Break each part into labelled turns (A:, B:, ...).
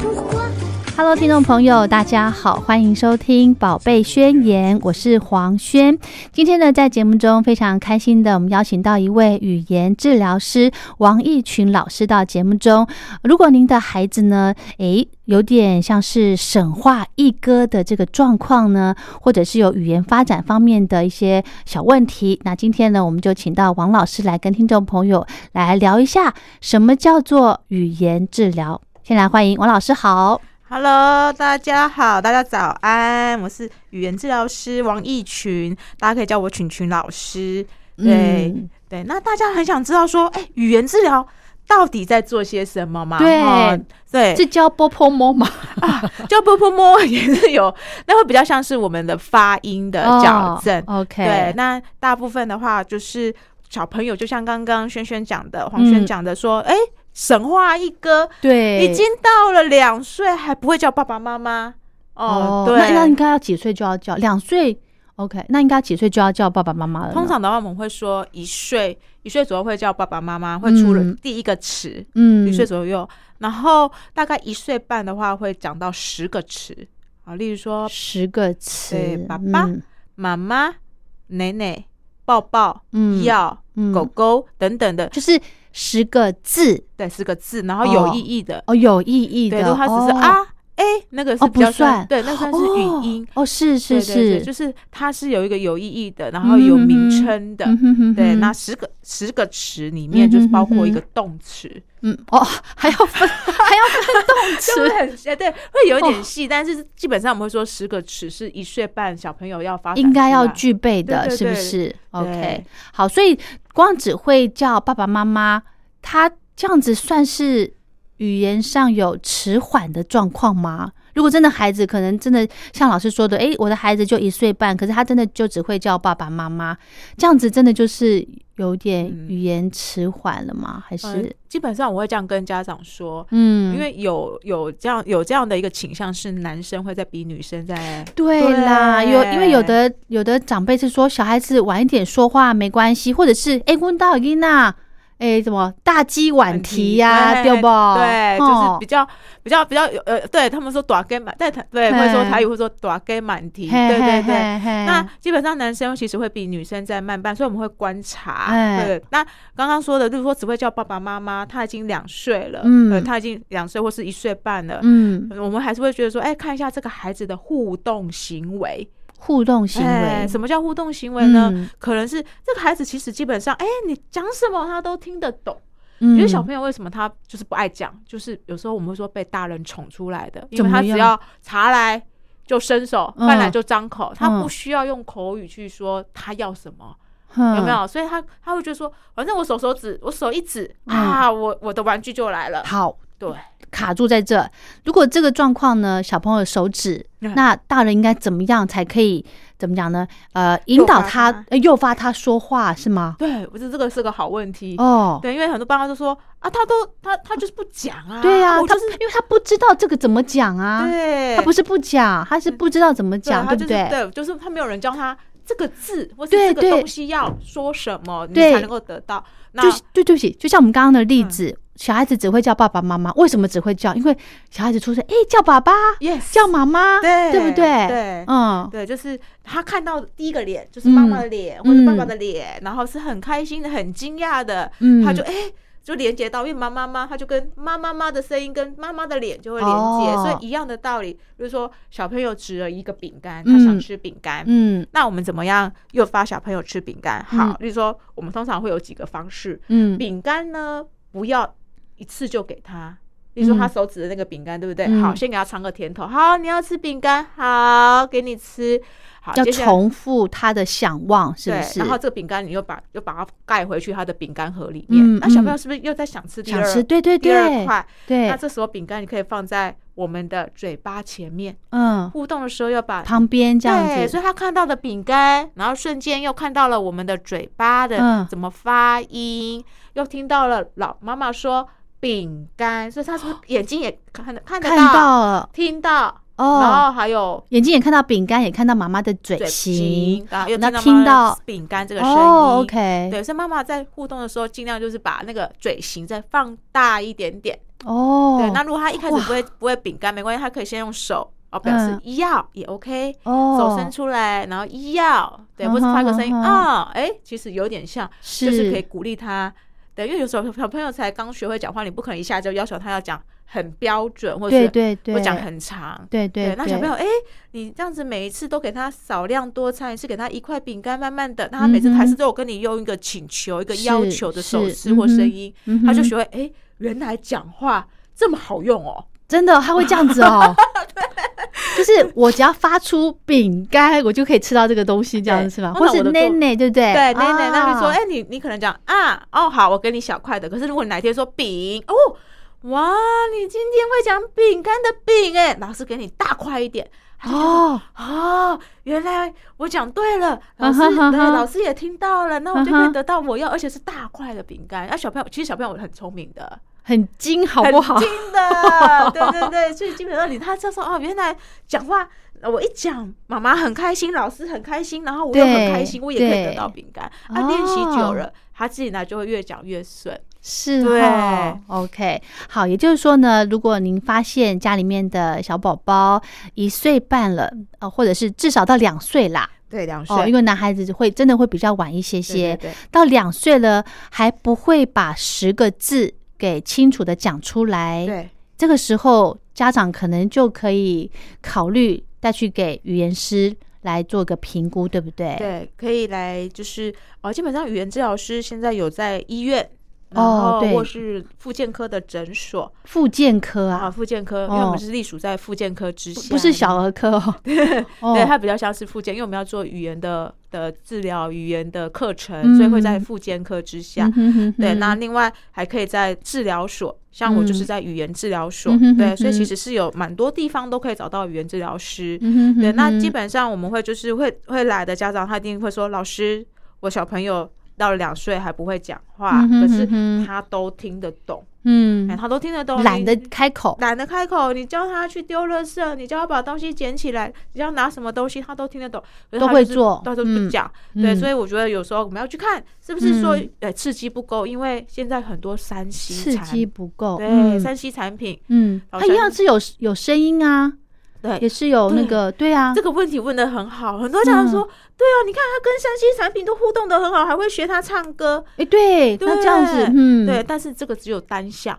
A: Pourquoi
B: Hello，听众朋友，大家好，欢迎收听《宝贝宣言》，我是黄轩。今天呢，在节目中非常开心的，我们邀请到一位语言治疗师王义群老师到节目中。如果您的孩子呢，诶，有点像是神话一哥的这个状况呢，或者是有语言发展方面的一些小问题，那今天呢，我们就请到王老师来跟听众朋友来聊一下什么叫做语言治疗。先来欢迎王老师好。
C: Hello，大家好，大家早安，我是语言治疗师王义群，大家可以叫我群群老师。对、
B: 嗯
C: 对，那大家很想知道说，哎、语言治疗到底在做些什么吗？
B: 对
C: 哦对，
B: 是叫波波摸吗？
C: 就波波摸也是有， 那会比较像是我们的发音的呃矫正。
B: 哦 OK，
C: 对，，那大部分的话就是小朋友，就像刚刚轩轩讲的，黄轩
B: 嗯
C: 讲的说，哎、神话一哥，
B: 对，
C: 已经到了两岁还不会叫爸爸妈妈哦，
B: 那那应
C: 对。
B: 该要几岁就要叫？两岁？OK，那应该几岁就要叫爸爸妈妈了呢？
C: 通常的话，我们会说一岁，一岁左右会叫爸爸妈妈，会出了
B: 嗯
C: 第一个词，
B: 嗯，
C: 一岁左右。然后大概一岁半的话，会讲到十个词啊，例如说
B: 十个词，
C: 对爸爸
B: 嗯
C: 妈妈、奶奶、抱抱、
B: 嗯
C: 药、
B: 嗯
C: 狗狗等等的，
B: 就是十个字
C: 对，四个字，然后有
B: 哦
C: 意义的，
B: 哦，有意义的。
C: 对，如果它只是
B: 哦，
C: 啊、哎，那个
B: 哦
C: 是比较
B: 不算
C: 对，那算是语音，
B: 哦，是
C: 对
B: 是
C: 对对
B: 是，
C: 就是它是有一个有意义的，然后有名称的。
B: 嗯哼哼嗯
C: 对，
B: 哼
C: 那十个十个词里面就是包括一个动词，
B: 嗯哦，还要分 还要分动
C: 就会
B: 词，
C: 很哎 对，会有点细，但是基本上我们会说十个词是一岁半小朋友要发展
B: 应该要
C: 出来
B: 具备的，
C: 对对
B: 是不
C: 对
B: 是？OK，
C: 对
B: 好，所以光只会叫爸爸妈妈，他这样子算是语言上有迟缓的状况吗？如果真的孩子可能真的像老师说的，诶，我的孩子就一岁半，可是他真的就只会叫爸爸妈妈，这样子真的就是有点
C: 嗯
B: 语言迟缓了吗？还
C: 嗯
B: 是，
C: 基本上我会这样跟家长说，
B: 嗯，
C: 因为有有这样有这样的一个倾向是男生会在比女生在
B: 对啦，
C: 对
B: 有因为有的有的长辈是说小孩子晚一点说话没关系，或者是哎问到伊娜，哎怎么大鸡晚啼呀、
C: 对
B: 对不？
C: 对，就是
B: 哦
C: 比较比较比较有呃，对他们说短给满，对他对
B: 嘿
C: 会说台语会说短给满题，
B: 嘿
C: 对
B: 嘿
C: 对对。
B: 嘿嘿
C: 那基本上男生其实会比女生在慢半，所以我们会观察。
B: 哎
C: 对，那刚刚说的，就是说只会叫爸爸妈妈，他已经两岁了，
B: 嗯
C: 呃他已经两岁或是一岁半了，呃
B: 嗯
C: 我们还是会觉得说，哎，看一下这个孩子的互动行为，
B: 互动行
C: 哎
B: 为
C: 什么叫互动行为呢？
B: 嗯
C: 可能是这个孩子其实基本上，哎，你讲什么他都听得懂。
B: 嗯
C: 因为小朋友为什么他就是不爱讲？就是有时候我们会说被大人宠出来的，因
B: 怎
C: 为
B: 么
C: 他只
B: 样
C: 要茶来就伸手，
B: 嗯
C: 饭来就张口，他
B: 嗯
C: 不需要用口语去说他要什么，
B: 友
C: 有没？有？所以他他会觉得说，反正我手手指，我手一指、
B: 嗯
C: 啊，我我的玩具就来了。
B: 好，
C: 对，
B: 卡住在这。如果这个状况呢，小朋友手指，
C: 嗯
B: 那大人应该怎么样才可以？怎么讲呢？呃，引
C: 诱
B: 导
C: 发
B: 他
C: 他，
B: 呃诱发他说话是吗？
C: 对，我觉得这个是个好问题。
B: 哦，
C: 对，因为很多爸妈都说啊，他都他他就是不讲啊，
B: 对呀、
C: 我
B: 他
C: 就是
B: 因为他不知道这个怎么讲啊，
C: 对，嗯
B: 他不是不讲，他是不知道怎么讲，
C: 对啊
B: 对不
C: 他
B: 对？
C: 就是？对，就是他没有人教他这个字或是
B: 对
C: 这个
B: 对
C: 东西要说什么，你
B: 对
C: 才能够得到。那嗯
B: 就是对，对不起，就像我们刚刚的例子，小孩子只会叫爸爸妈妈，为什么只会叫？因为小孩子出生，哎、叫爸爸
C: Yes
B: 叫妈妈，
C: 对
B: 不对？
C: 对
B: 嗯，
C: 对，就是他看到第一个脸就是妈妈的脸、或者爸爸的脸，然后是很开心的、很惊讶的，
B: 嗯
C: 他就哎、就连接到，因为妈妈妈，他就跟妈妈妈的声音跟妈妈的脸就会连接，
B: 哦
C: 所以一样的道理，比如说小朋友指了一个饼干，
B: 嗯
C: 他想吃饼干。
B: 嗯
C: 那我们怎么样诱发小朋友吃饼干？好
B: 嗯，
C: 例如说，我们通常会有几个方式。
B: 嗯，
C: 饼干呢，不要一次就给他。比如说他手指的那个饼干，对不对？
B: 嗯
C: 好，先给他尝个甜头。好，你要吃饼干，好，给你吃。好，
B: 要
C: 接下来
B: 重复他的想望，是不
C: 对，
B: 是？
C: 然后这个饼干你又把又把它盖回去他的饼干盒里面。
B: 嗯
C: 那小
B: 嗯
C: 朋友是不是又在想吃第
B: 想
C: 二？
B: 吃，对对
C: 第二
B: 对，
C: 块。
B: 对
C: 那，这时候饼干你可以放在我们的嘴巴前面，
B: 嗯，
C: 互动的时候要把
B: 旁边这样
C: 对，
B: 子
C: 所，以他看到的饼干，然后瞬间又看到了我们的嘴巴
B: 嗯
C: 的怎么发音，又听到了老妈妈说饼干，所以他是不是眼睛也看得看得
B: 看到了
C: 听到，然
B: 哦，
C: 后还有
B: 眼睛也看到饼干，也看到妈妈的嘴
C: 嘴
B: 型
C: 型，，然后又
B: 那
C: 听到
B: 听
C: 妈妈
B: 到
C: 饼干这个声音。
B: 哦，OK，
C: 对，所以妈妈在互动的时候，尽量就是把那个嘴型再放大一点点。
B: 哦，
C: 对，那如果他一开始
B: 哇
C: 不会不会饼干，没关系，他可以先用手哦表示
B: 嗯
C: 要也 OK。
B: 哦，
C: 手伸出来，然后要，对，
B: 嗯
C: 或是发个声音
B: 哼哼
C: 啊，哎、其实有点像，
B: 是
C: 就是可以鼓励他。对，因为有时候小朋友才刚学会讲话，你不可能一下就要求他要讲很标准，或者
B: 对
C: 是
B: 对对，
C: 或讲很长。
B: 对对，
C: 那小朋友，哎、你这样子每一次都给他少量多餐，一次给他一块饼干，慢慢的，那他每
B: 嗯
C: 次
B: 哼
C: 还是都有跟你用一个请求、一个要
B: 是
C: 求的
B: 是
C: 手势或
B: 嗯哼
C: 声音，
B: 嗯
C: 他就
B: 哼
C: 学会，哎、原来讲话这么好用哦。
B: 真的他会这样子 哦，就是我只要发出饼干，我就可以吃到这个东西，这样
C: 对
B: 子是吧？
C: 通
B: 或
C: 常
B: 是
C: 我的
B: 奶
C: 做
B: 奶，对不对？
C: 对，奶奶那
B: 啊
C: 边说，哎、你你可能讲啊，哦，好，我给你小块的。可是如果你哪天说饼，哦，哇，你今天会讲饼干的饼，哎，老师给你大块一点。他就觉得
B: 哦，
C: 哦，原来我讲对 了，老师
B: 嗯哼嗯
C: 对，
B: 哼
C: 老师也听到了，那我就可
B: 嗯哼
C: 以得到我要，而且是大块的饼干。那、啊小朋友，其实小朋友很聪明的，
B: 很精，好
C: 很
B: 不好？
C: 精 的，对对对，所以基本上你他就说哦，原来讲话呃我一讲，妈妈很开心，老师很开心，然后我又很
B: 对
C: 开心，我也可以得
B: 对
C: 到饼干。
B: 哦
C: 啊，练习久了，他自己呢就会越讲越顺。
B: 是
C: 对
B: 哦，OK，好，也就是说呢，如果您发现家里面的小宝宝一岁半了，呃，或者是至少到两岁啦，
C: 对，两
B: 哦，因为男孩子会真的会比较晚一些些，
C: 对对对
B: 到两岁了还不会把十个字给清楚的讲出来，，
C: 对
B: 这个时候家长可能就可以考虑再去给语言师来做个评估，对不对？，
C: 对，可以来就是呃，基本上语言治疗师现在有在医院。然
B: 哦
C: 后
B: 对
C: 或是复健科的诊所
B: 复健科
C: 啊，
B: 啊，
C: 复健科，因为我
B: 哦
C: 们是隶属在复健科之下，
B: 不是小儿科哦， 哦
C: 对，它比较像是附件，因为我们要做语言的的治疗、语言的课程，所以会在
B: 嗯
C: 附件科之下。
B: 嗯哼哼哼
C: 对，那另外还可以在治疗所，像我就是在语言治疗所，
B: 嗯哼哼
C: 对，
B: 哼
C: 所以其实是有蛮多地方都可以找到语言治疗师。
B: 嗯哼哼
C: 对，那
B: 哼
C: 基本上我们会就是会会来的家长，他一定会说：“老师，我小朋友到了两岁还不会讲话，
B: 嗯哼
C: 可是
B: 哼哼
C: 他都听得懂，哎，
B: 嗯，
C: 他都听得懂，
B: 懒得
C: 你
B: 开口，
C: 懒得开口，你叫他去丢垃圾，你叫他把东西捡起来，你叫他拿什么东西，他都听得懂，可是他
B: 都会
C: 就是
B: 做
C: 他都不
B: 嗯
C: 讲。
B: 嗯
C: 对，所以我觉得有时候我们要去看，是不是说
B: 嗯
C: 呃刺激不够？因为现在很多三 C
B: 刺
C: 产
B: 激不够，
C: 对
B: 嗯
C: 三 C 产品，
B: 嗯，
C: 好
B: 它一
C: 像
B: 样是有有声音啊，也
C: 对。
B: 是有那
C: 对
B: 个，对啊嗯
C: 这，个问题问的很好，很多家长说，对啊，你看他跟三 C 产品都互动的很好，还会学他唱歌，
B: 哎，对，
C: 对，
B: 那这样子，嗯，
C: 对，，但是这个只有单向，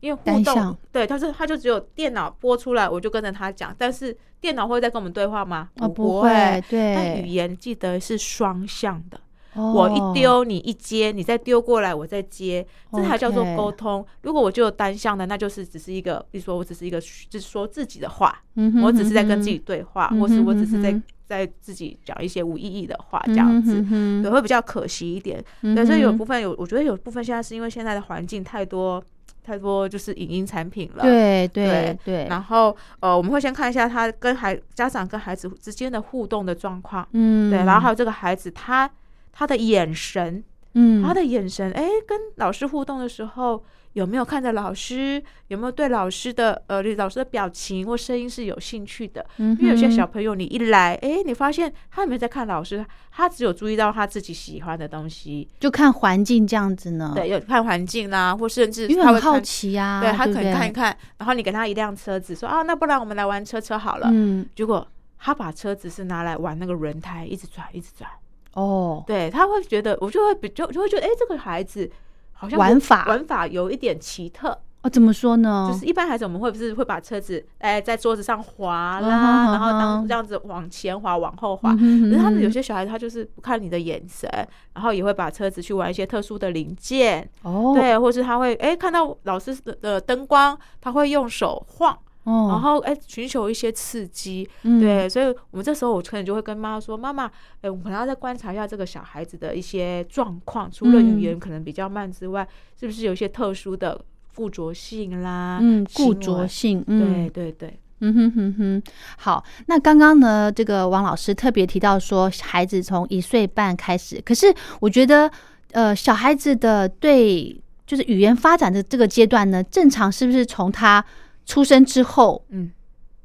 C: 因为
B: 单
C: 互
B: 向
C: 动，对，他是他就只有电脑播出来，我就跟着他讲，但是电脑会在跟我们对话吗？
B: 啊，不
C: 不
B: 会，，
C: 但语
B: 对，哦
C: 言记得是双向的，
B: 我
C: 我一，丢你一接，你再丢过来我再接，这才叫做
B: OK
C: 沟通。如果我就有单向的，那就是只是一个，比如说我只是一个只说自己的话，
B: 嗯哼
C: 我只是在
B: 哼
C: 跟
B: 哼
C: 自己对话，
B: 嗯
C: 或是我只是
B: 嗯
C: 在
B: 哼
C: 在自己讲一些无意义的话，
B: 嗯
C: 这样子。
B: 哼哼
C: 对，会比较可惜一点。
B: 嗯
C: 对，所以有
B: 哼
C: 部分有，我觉得有部分现在是因为现在的环境太多太多就是影音产品了。。
B: 对对
C: 呃对
B: 对，
C: 然后呃，我们会先看一下他跟孩家长跟孩子之间的互动的状况，
B: 嗯，
C: 对，然后还有这个孩子他他的眼神
B: 嗯，
C: 他的眼神，哎，跟老师互动的时候有没有看着老师？有没有对老师的呃老师的表情或声音是有兴趣的？
B: 嗯哼，
C: 因为有些小朋友，你一来，哎，你发现他有没有在看老师？他只有注意到他自己喜欢的东西，
B: 就看环境这样子呢，
C: 对，，有看环境啦、或甚至
B: 嗯因为
C: 他会
B: 很
C: 看
B: 好奇啊，
C: 对
B: 对
C: 他
B: 不
C: 可能看一
B: 对，
C: 看，然后你给他一辆车子，说啊，那不然我们来玩车车好了。
B: 嗯，
C: 结果他把车子是拿来玩那个轮胎，一直转，一直转。
B: 哦，
C: 对，他会觉得，我就会比较就会觉得，哎、这个孩子好像
B: 玩
C: 我
B: 法
C: 玩法有一点奇特。
B: 哦，怎么说呢？
C: 就是一般孩子我们会不是会把车子哎、在桌子上滑啦，
B: 嗯哼
C: 然后
B: 嗯哼
C: 当这样子往前滑往后滑。
B: 嗯哼
C: 可是他们有
B: 嗯哼
C: 些小孩子他就是不看你的眼神，然后也会把车子去玩一些特殊的零件，
B: 哦，
C: 对，或是他会哎、看到老师的的灯光，他会用手晃，
B: 哦，
C: 然后哎、寻求一些刺激，
B: 嗯
C: 对，所以我们这时候我可能就会跟妈妈说，妈妈，哎、我们可能要再观察一下这个小孩子的一些状况，除了
B: 嗯
C: 语言可能比较慢之外，是不是有一些特殊的固着性啦？
B: 嗯，固
C: 行
B: 着
C: 为，
B: 性，嗯
C: 对，对对，
B: 嗯哼哼哼，好。那刚刚呢，这个王老师特别提到说，孩子从一岁半开始，可是我觉得，呃，小孩子的对就是语言发展的这个阶段呢，正常是不是从他出生之后，
C: 嗯，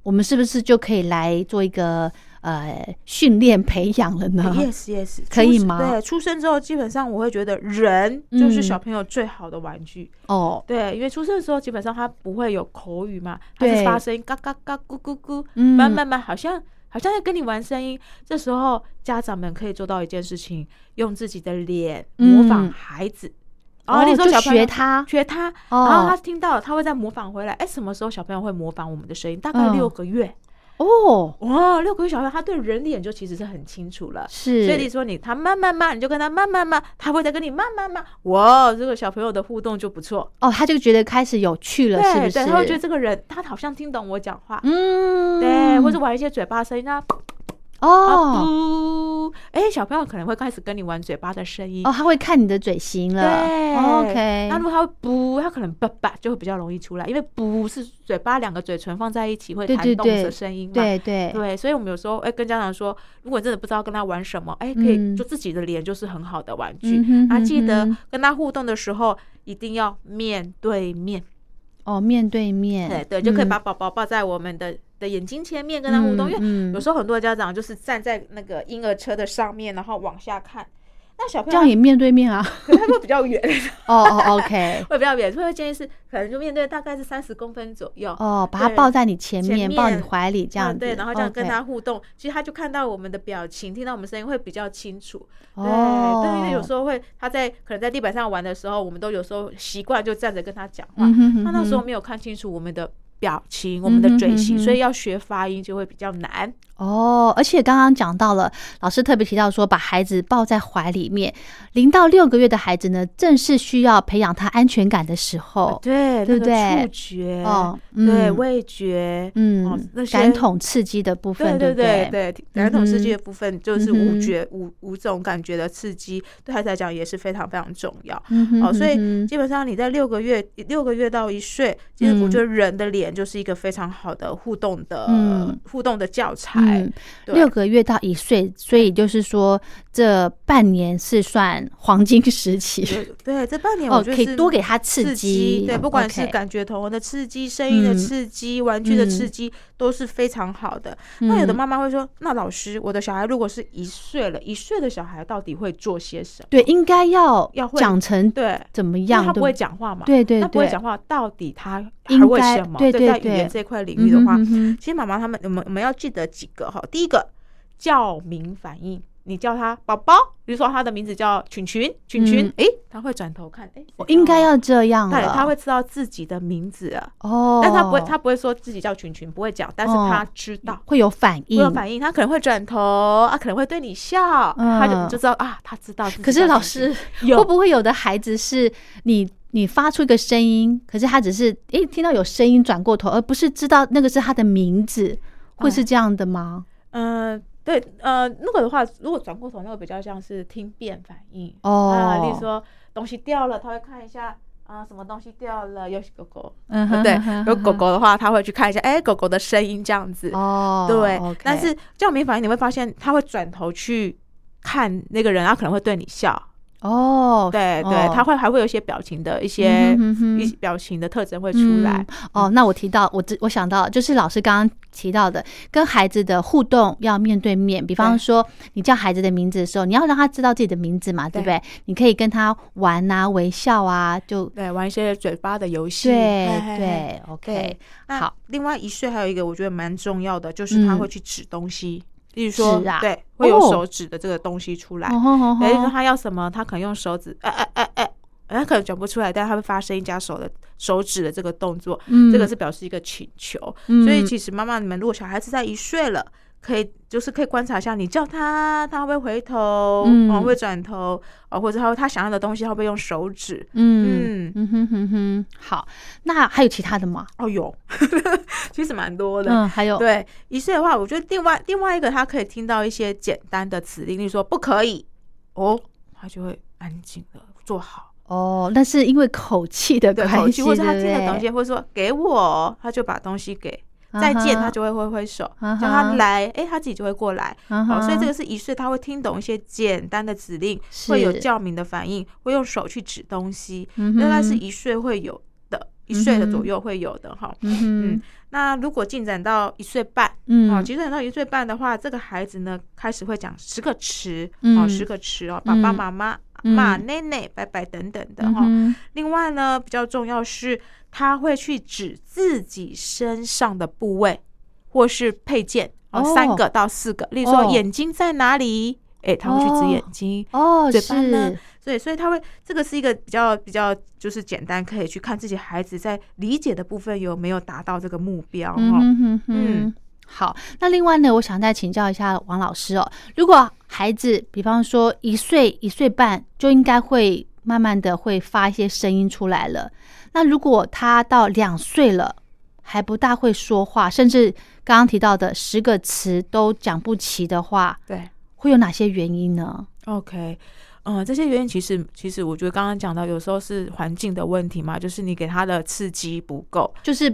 B: 我们是不是就可以来做一个呃训练培养了呢？
C: yes yes，
B: 可以
C: 出生
B: 吗
C: 对，哎出生之后基本上我会觉得人就是
B: 嗯
C: 小朋友最好的玩具，
B: 哦，
C: 对，因为出生的时候基本上他不会有口语嘛，他是
B: 对
C: 发声音嘎嘎嘎咕咕咕，
B: 嗯
C: 慢慢慢好像好像在跟你玩声音。这时候家长们可以做到一件事情，用自己的脸
B: 嗯
C: 模仿孩子。
B: 哦
C: 那时候
B: 就
C: 小朋友
B: 学他
C: 学他，
B: 哦
C: 然后他听到了，他会再模仿回来。哎，什么时候小朋友会模仿我们的声音？大概
B: 嗯
C: 六个月。
B: 哦，
C: 哇，六个月小朋友他对人脸就其实是很清楚了。
B: 是，
C: 所以你说你他慢慢慢，你就跟他慢慢慢，他会再跟你慢慢慢。哇，这个小朋友的互动就不错。
B: 哦，他就觉得开始有趣了，
C: 对
B: 是不是？
C: 对，他会觉得这个人他好像听懂我讲话，
B: 嗯，
C: 对，或者玩一些嘴巴声音啊，
B: 哦。
C: 哦，哎、小朋友可能会开始跟你玩嘴巴的声音。
B: 哦，他会看你的嘴型了。
C: 对、
B: 哦，OK，
C: 那如果他会不，他可能叭叭就会比较容易出来，因为不是嘴巴两个嘴唇放在一起会
B: 对
C: 弹
B: 对
C: 动的
B: 对，
C: 声音嘛？
B: 对对
C: 对所以我们有时候哎、跟家长说，如果你真的不知道跟他玩什么，哎、可
B: 嗯
C: 以就自己的脸就是很好的玩具。
B: 嗯哼
C: 啊，记得
B: 嗯哼
C: 跟他互动的时候一定要面对面。
B: 哦，面对面，
C: 对对，就可以
B: 嗯
C: 把宝宝抱在我们的的眼睛前面跟他互动，
B: 嗯
C: 因
B: 嗯
C: 为有时候很多家长就是站在那个婴儿车的上面，然后往下看，那小朋
B: 这
C: 友
B: 样也面对面 啊。
C: 可能他会比较远，
B: 哦哦，OK，
C: 会比较远，所以会建议是可能就面对大概是三十公分左右。
B: 哦，把他
C: 对
B: 抱在你前
C: 前
B: 面，抱你
C: 面
B: 怀里这样子，
C: 嗯、对，然后这样跟
B: OK
C: 他互动其实他就看到我们的表情，听到我们声音会比较清楚。对，
B: 哦，
C: 对，因为有时候会他在可能在地板上玩的时候，我们都有时候习惯就站着跟他讲话，
B: 嗯哼哼
C: 他那时候
B: 哼
C: 没有看清楚我们的表情、我们的嘴
B: 嗯
C: 型，
B: 哼哼哼
C: 所以要学发音就会比较难。
B: 哦，而且刚刚讲到了，老师特别提到说，把孩子抱在怀里面，零到六个月的孩子呢，正是需要培养他安全感的时候。
C: 对，
B: 哦对
C: 那
B: 不
C: 个
B: 对
C: 触觉，
B: 哦
C: 对，
B: 嗯
C: 味觉，哦
B: 嗯
C: 那，些
B: 感统刺激的部分，
C: 对对
B: 不
C: 对，感统
B: 嗯
C: 世
B: 哼
C: 界部分就是
B: 嗯哼
C: 五觉五五种感觉的刺激，对孩子来讲也是非常非常重要。
B: 嗯哼
C: 哦，所以
B: 嗯哼
C: 基本上你在六个月六个月到一岁，其实我
B: 嗯
C: 觉得人的脸就是一个非常好的互动的
B: 嗯
C: 互动的教材
B: 嗯。，
C: 对
B: 六个月到一岁，所以就是说这半年是算黄金时期。
C: 对对，这半年
B: 哦
C: 我觉得
B: 可以
C: 是
B: 多给他刺
C: 激，
B: 激
C: 对，不管
B: OK
C: 是感觉头的刺激、声音的
B: 嗯
C: 刺激、玩具的刺
B: 嗯
C: 激，都是非常好的。那有的
B: 嗯
C: 妈妈会说：“那老师，我的小孩如果是一岁了，一岁的小孩到底会做些什么
B: 对，应该要
C: 要会
B: 讲成？”
C: 对，
B: 怎么
C: 因为
B: 样？
C: 他
B: 对
C: 不会讲话嘛，
B: 对对
C: 他不会
B: 对
C: 讲话，到底他
B: 应
C: 还会
B: 该
C: 什么？
B: 对对
C: 在语
B: 对
C: 言这块领域的话，
B: 嗯哼嗯哼
C: 其实妈妈他们，我们我们要记得几个哈。第一个叫名反应，你叫他宝宝，比如说他的名字叫群群，群群
B: 嗯，
C: 诶，他会转头看，诶，
B: 我应该要这样
C: 对，
B: 了。
C: 他会知道自己的名字了，
B: 哦，
C: 但他不会，他不会说自己叫群群，不会讲，但是
B: 哦
C: 他知道。
B: 会有反
C: 会
B: 应。
C: 有反应，他可能会转头啊，可能会对你笑，
B: 嗯
C: 他就你就知道啊，他知道自己
B: 可
C: 叫
B: 是老
C: 群
B: 师
C: 群。
B: 会不会有的孩子是你你发出一个声音，可是他只是诶听到有声音转过头，而不是知道那个是他的名字，会
C: 啊
B: 是这样的吗？
C: 嗯，对，呃，那个的话，如果转过头，那个比较像是听辨反应
B: 哦
C: 啊，例如说东西掉了，他会看一下啊，什么东西掉了，有狗狗，
B: 嗯
C: 呃
B: 哼，
C: 对
B: 哼哼，
C: 有狗
B: 哼
C: 狗的话，他会去看一下，哎，狗狗的声音这样子，
B: 哦，
C: 对
B: OK，
C: 但是这样没反应，你会发现他会转头去看那个人，他可能会对你笑，
B: 哦，
C: 对对，
B: 哦
C: 它会还会有一些表情的一些、
B: 嗯哼哼哼
C: 一些表情的特征会出来。
B: 嗯哦，那我提到，我只我想到，就是老师刚刚提到的，跟孩子的互动要面对面。比方
C: 对
B: 说，你叫孩子的名字的时候，你要让他知道自己的名字嘛，对不对？你可以跟他玩啊，微笑啊，就
C: 对，玩一些嘴巴的游戏。
B: 对
C: 嘿嘿嘿
B: 对，OK，
C: 对那
B: 好
C: 另外一岁还有一个我觉得蛮重要的，就是他
B: 嗯
C: 会去指东西，例如说
B: 指啊
C: 对，会有
B: 哦
C: 手指的这个东西出来。
B: 哦吼吼
C: 对，就是
B: 吼
C: 他要什么，他可能用手指，哎哎哎哎，他可能讲不出来，但他会发生一加手的手指的这个动作，
B: 嗯
C: 这个是表示一个请求。
B: 嗯
C: 所以其实妈妈，你们如果小孩子在一岁了。可以，就是可以观察一下，你叫他，他会不会回头，
B: 嗯
C: 哦，会不会转头，哦，或者他他想要的东西，他会不会用手指？
B: 嗯
C: 嗯
B: 嗯哼哼哼，好，那还有其他的吗？
C: 哦，有， 其实蛮多的。
B: 嗯，还有
C: 对，一岁的话，我觉得另外另外一个他可以听到一些简单的指令，例如说不可以哦，他就会安静的坐好。
B: 哦，那是因为口气的
C: 对
B: 关
C: 口
B: 系，
C: 气，或者他听
B: 对不
C: 得
B: 对
C: 懂一些，或者说给我，他就把东西给。再见，
B: 啊哈
C: 他就会挥挥手，
B: 啊哈
C: 叫他来，哎，他自己就会过来。
B: 啊哈
C: 好，哦所以这个是一岁，他会听懂一些简单的指令，
B: 是
C: 会有叫名的反应，会用手去指东西，
B: 嗯哼
C: 那他是一岁会有的，一岁的左右会有的哈。
B: 嗯哼
C: 嗯，那如果进展到一岁半，
B: 嗯
C: 哦，进展到一岁半的话，这个孩子呢开始会讲十个词，哦，
B: 嗯
C: 十个词哦，爸
B: 嗯
C: 爸妈妈、
B: 嗯
C: 妈、奶奶、拜拜等等的
B: 嗯
C: 哈。
B: 哼
C: 另外呢，比较重要是他会去指自己身上的部位或是配件哦，
B: 哦
C: 三个到四个，例如说
B: 哦
C: 眼睛在哪里，哎、他会去指眼睛。
B: 哦，
C: 嘴巴呢
B: 是，
C: 对，所以他会这个是一个比较比较就是简单，可以去看自己孩子在理解的部分有没有达到这个目标哈。
B: 嗯哼哼哼
C: 哦嗯，
B: 好。那另外呢，我想再请教一下王老师哦，如果孩子，比方说一岁、一岁半，就应该会慢慢的会发一些声音出来了。那如果他到两岁了，还不大会说话，甚至刚刚提到的十个词都讲不齐的话，
C: 对
B: 会有哪些原因呢？
C: ，OK。嗯，这些原因其实其实我觉得刚刚讲到，有时候是环境的问题嘛，就是你给他的刺激不够，
B: 就是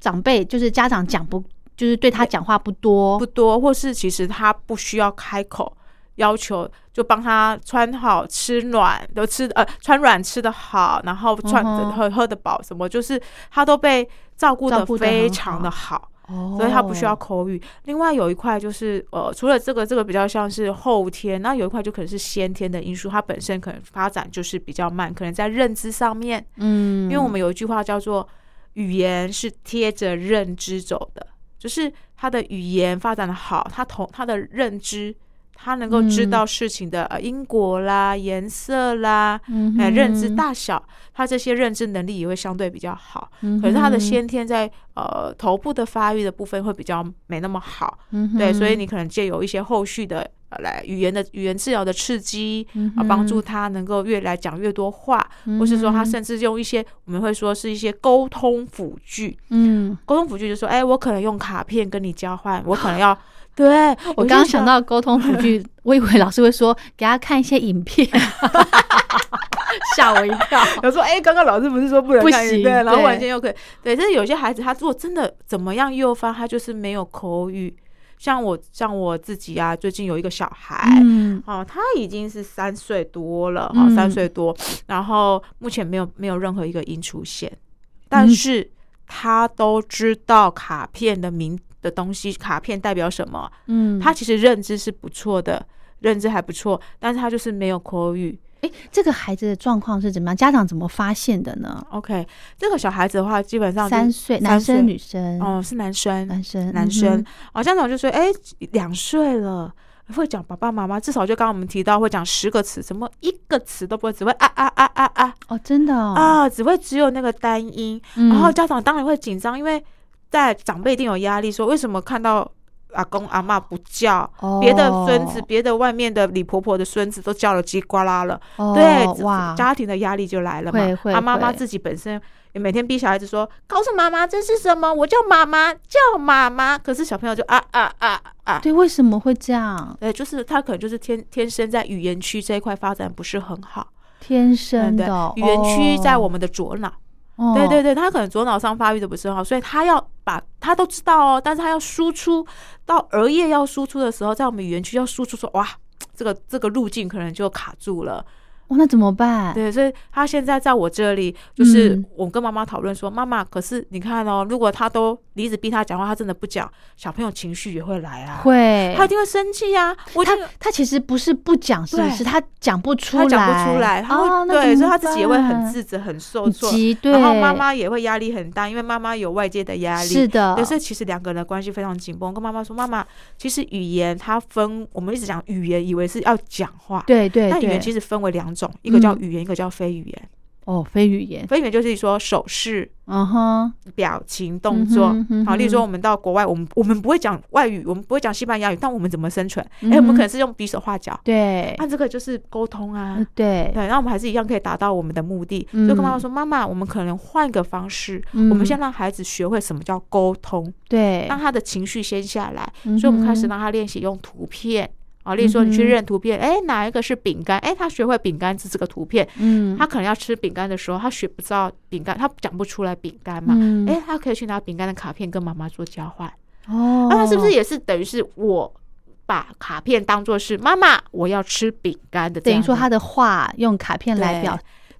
B: 长辈，就是家长讲不，就是对他讲话不多，
C: 不多，或是其实他不需要开口要求，就帮他穿好、吃暖，都吃呃穿软吃的好，然后穿、
B: 嗯哼
C: 喝喝的饱，什么就是他都被照顾
B: 照
C: 的
B: 顾得
C: 非
B: 很
C: 常的好。
B: 哦
C: 所以他不需要口语。另外有一块就是，呃，除了这个，这个比较像是后天，那有一块就可能是先天的因素，他本身可能发展就是比较慢，可能在认知上面，
B: 嗯，
C: 因为我们有一句话叫做“语言是贴着认知走的”，就是他的语言发展的好，他同他的认知，他能够知道事情的呃因果啦、颜色啦、
B: 嗯
C: 哎、
B: 哼
C: 认知大小，他这些认知能力也会相对比较好。
B: 嗯哼
C: 可是他的先天在呃头部的发育的部分会比较没那么好，
B: 嗯哼
C: 对，所以你可能借由一些后续的。呃来语言的语言治疗的刺激
B: 嗯，
C: 啊，
B: 哼
C: 帮助他能够越来讲越多话，
B: 嗯
C: 或是说他甚至用一些我们会说是一些沟通辅具，
B: 嗯，
C: 沟通辅具就是说，哎、我可能用卡片跟你交换，我可 能要 对
B: 我
C: 就
B: 刚刚想到沟通辅 具，我以为老师会说给他看一些影片，吓我一跳。
C: 有时候，哎、刚刚老师不是说不能
B: 不
C: 看
B: 行
C: 对，然后
B: 对
C: 完全又可以，对。但是有些孩子，他如果真的怎么样诱发，他就是没有口语。像我，像我自己啊，最近有一个小孩，
B: 嗯
C: 哦，他已经是三岁多了，哦
B: 嗯，
C: 三岁多，然后目前没有没有任何一个音出现，
B: 嗯
C: 但是他都知道卡片的名的东西，卡片代表什么，
B: 嗯，
C: 他其实认知是不错的，认知还不错，但是他就是没有口语，
B: 哎，这个孩子的状况是怎么样？家长怎么发现的呢？
C: OK，这个小孩子的话，基本上就是
B: 三岁，
C: 三
B: 男生女生？
C: 哦，是男生，
B: 男生，
C: 男生
B: 嗯哼，
C: 哦，家长就说，哎，两岁了。会讲爸爸妈妈，至少就刚刚我们提到会讲十个词，怎么一个词都不会，只会啊啊啊啊啊
B: 哦，真的哦，
C: 啊，只会只有那个单音。
B: 嗯
C: 然后家长当然会紧张，因为在长辈一定有压力，说为什么看到阿公阿妈不叫，
B: 哦
C: 别的孙子、别的外面的李婆婆的孙子都叫了叽呱啦了，
B: 哦
C: 对，
B: 哇
C: 家庭的压力就来了嘛。
B: 会会
C: 啊，妈妈
B: 会
C: 自己本身也每天逼小孩子说：“告诉妈妈这是什么？我叫妈妈，叫妈妈。”可是小朋友就啊啊啊啊。
B: 对，为什么会这样？
C: 对，就是他可能就是天天生在语言区这一块发展不是很好，
B: 天
C: 嗯，
B: 生
C: 对
B: 的哦，
C: 语言区在我们的左脑，
B: 哦，
C: 对对对，他可能左脑上发育的不是很好，所以他要把他都知道哦，但是他要输出到额叶要输出的时候，在我们语言区要输出说哇，这个这个路径可能就卡住了。
B: 哦，那怎么办？
C: 对，所以他现在在我这里，就是
B: 嗯
C: 我跟妈妈讨论说，妈妈，可是你看哦，如果他都你一直逼他讲话，他真的不讲，小朋友情绪也会来啊，，
B: 会，
C: 他一定会生气呀、啊。我已
B: 他
C: 经
B: 他其实不是不讲，是不
C: 对
B: 是？他讲不出来，
C: 他讲不出来，他会、
B: 哦、那
C: 对，
B: 怎
C: 所以
B: 么
C: 他自己也会很
B: 办
C: 自责、很受
B: 很
C: 挫，
B: 急对，
C: 然后妈妈也会压力很大，因为妈妈有外界的压力。
B: 是的
C: 对，，所以其实两个人的关系非常紧绷。我跟妈妈说，妈妈，其实语言它分，我们一直讲语言，以为是要讲话。
B: 对对
C: 那语
B: 对，
C: 言其实分为两种，一个叫
B: 嗯
C: 语言，一个叫非语言。
B: 哦，非语言，
C: 非语言就是说手势、
B: 嗯哼，
C: 表情、动作
B: 嗯哼嗯。
C: 好，例如
B: 哼
C: 说我们到国外，我们我们不会讲外语，我们不会讲西班牙语，但我们怎么生存？哎、我
B: 嗯
C: 们
B: 哼
C: 可能是用比手画脚。
B: 对，
C: 按这个就是沟通啊
B: 嗯，对，
C: 对，那我们还是一样可以达到我们的目的。就跟妈妈说，妈妈，我们可能换个方式，我
B: 嗯
C: 们先让孩子学会什么叫沟通，
B: 对
C: 让，他的情绪先下来。
B: 嗯
C: 所以我们开始
B: 哼
C: 让他练习用图片啊，例如说你
B: 嗯
C: 去
B: 哼
C: 认图片，哎、哪一个是饼干？哎，他学会饼干是这个图片，
B: 嗯，
C: 他可能要吃饼干的时候，他学不知道饼干，他讲不出来饼干嘛。
B: 嗯，
C: 哎，他可以去拿饼干的卡片跟妈妈做交换，
B: 哦，
C: 那他是不是也是等于是我把卡片当做是妈妈我要吃饼干的这
B: 等于
C: 样的？
B: 说他的话用卡片来
C: 对
B: 表？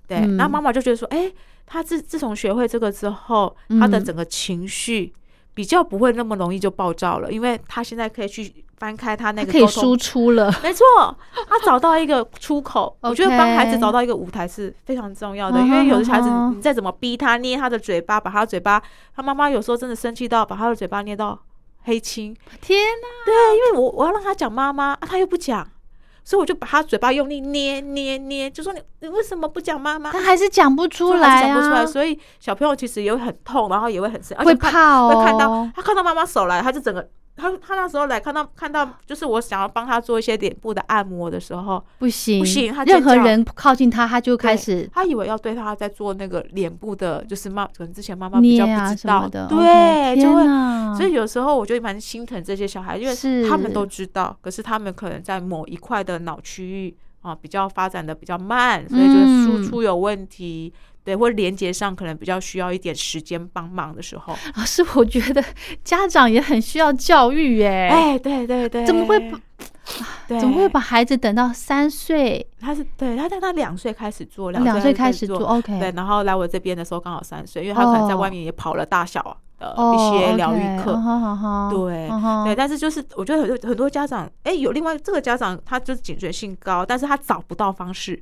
C: 对，
B: 嗯
C: 那妈妈就觉得说，哎，他自自从学会这个之后，他的
B: 嗯
C: 整个情绪比较不会那么容易就暴躁了，因为他现在可以去翻开他那
B: 他
C: 个
B: 可以
C: 沟通
B: 输出 了，
C: 没错，他找到一个出口。我觉得帮孩子
B: OK
C: 找到一个舞台是非常重要的，
B: 嗯
C: 因为有的
B: 哼
C: 孩子
B: 嗯哼
C: 你再怎么逼他捏他的嘴巴，把他的嘴巴，他妈妈有时候真的生气到把他的嘴巴捏到黑青。
B: 天哪！
C: 对，因为我我要让他讲妈妈、啊，他又不讲，所以我就把他嘴巴用力捏捏捏，就说你你为什么不 讲妈妈？
B: 他还是讲不出
C: 所以孩子
B: 来
C: 讲不出来，
B: 啊，
C: 所以小朋友其实也会很痛，然后也会很生，而且
B: 会
C: 看
B: 怕哦，
C: 会看到他看到妈妈手来，他就整个他他那时候来看到看到就是我想要帮他做一些脸部的按摩的时候，
B: 不行，
C: 不行他
B: 任
C: 尖
B: 何
C: 叫
B: 人靠近他，他就开
C: 对
B: 始
C: 他以为要对他在做那个脸部的，就是妈可能之前妈妈比较
B: 捏啊
C: 不知
B: 什么
C: 道
B: 的，OK，
C: 对，
B: 天
C: 就
B: 哪
C: 会所以有时候我就蛮心疼这些小孩，因为他们
B: 是
C: 都知道，可是他们可能在某一块的脑区域啊比较发展的比较慢，所以就是输
B: 嗯
C: 出有问题。对，或连接上可能比较需要一点时间帮忙的时候，
B: 老师，我觉得家长也很需要教育耶。
C: 哎，对对对，
B: 怎么会不
C: 对？
B: 怎么会把孩子等到三岁？
C: 他是对他，但他两岁开始做，
B: 哦两岁
C: 岁
B: 开始
C: 始
B: 做，OK
C: 对，然后来我这边的时候刚好三岁，因为他可能在外面也跑了大小啊的
B: 哦，
C: 一些疗愈
B: OK，
C: 课。
B: 嗯哼嗯哼
C: 对、
B: 嗯哼
C: 对，但是就是我觉得很多很多家长，哎，有另外这个家长，他就是警觉性高，但是他找不到方式，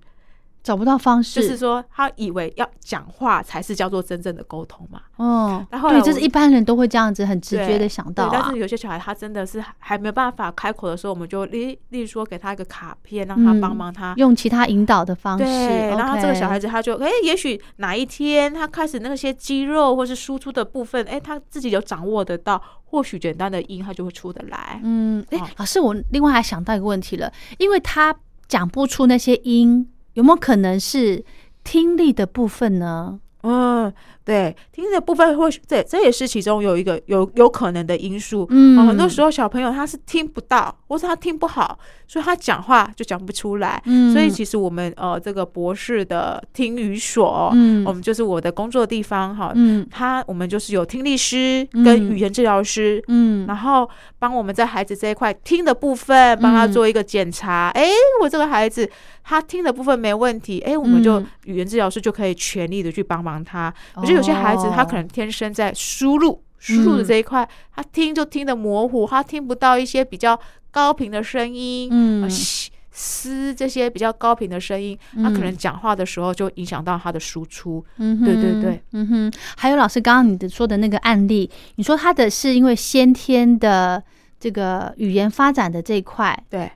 B: 找不到方
C: 就
B: 式，
C: 是说他以为要讲话才是叫做真正的沟通嘛，
B: 嗯，
C: 然后后来
B: 对，就是
C: 我
B: 一般人都会这样子，很直觉
C: 对
B: 的想到
C: 对
B: 啊
C: 但是，有些小孩他真的是还还没有办法开口的时候，我们就例例如说给他一个卡片，让他
B: 嗯
C: 帮忙他
B: 用其他引导的方式。
C: 对，然后这个小孩
B: 子，
C: 子他就哎，也许哪一天他开始那些肌肉或是输出的部分，哎，他自己有掌握得到，或许简单的音他就会出得来。
B: 嗯，哎
C: 哦，
B: 老师，我另外还想到一个问题了，因为他讲不出那些音，有没有可能是听力的部分呢？
C: 嗯，对，听的部分或许这这也是其中有一个有有可能的因素。
B: 嗯
C: 哦很多时候小朋友他是听不到，或是他听不好，所以他讲话就讲不出来。
B: 嗯
C: 所以其实我们呃这个博士的听语所，
B: 嗯
C: 我们就是我的工作地方哈，
B: 嗯
C: 他我们就是有听力师
B: 嗯
C: 跟语言治疗师，
B: 嗯，
C: 然后帮我们在孩子这一块听的部分，帮他
B: 嗯
C: 做一个检查。诶，我这个孩子他听的部分没问题，诶，我们就
B: 嗯哦
C: 语言治疗师就可以全力的去帮忙他。可是有些孩子他可能天生在输入输入
B: 嗯
C: 的这一块，他听就听得模糊，他听不到一些比较高频的声音，
B: 嗯
C: 呃嘘嘶这些比较高频的声音，他可
B: 嗯
C: 能讲话的时候就影响到他的输出。
B: 嗯哼，
C: 对对对，
B: 嗯哼，还有老师刚刚你的说的那个案例，你说他的是因为先天的这个语言发展的这一块，
C: 对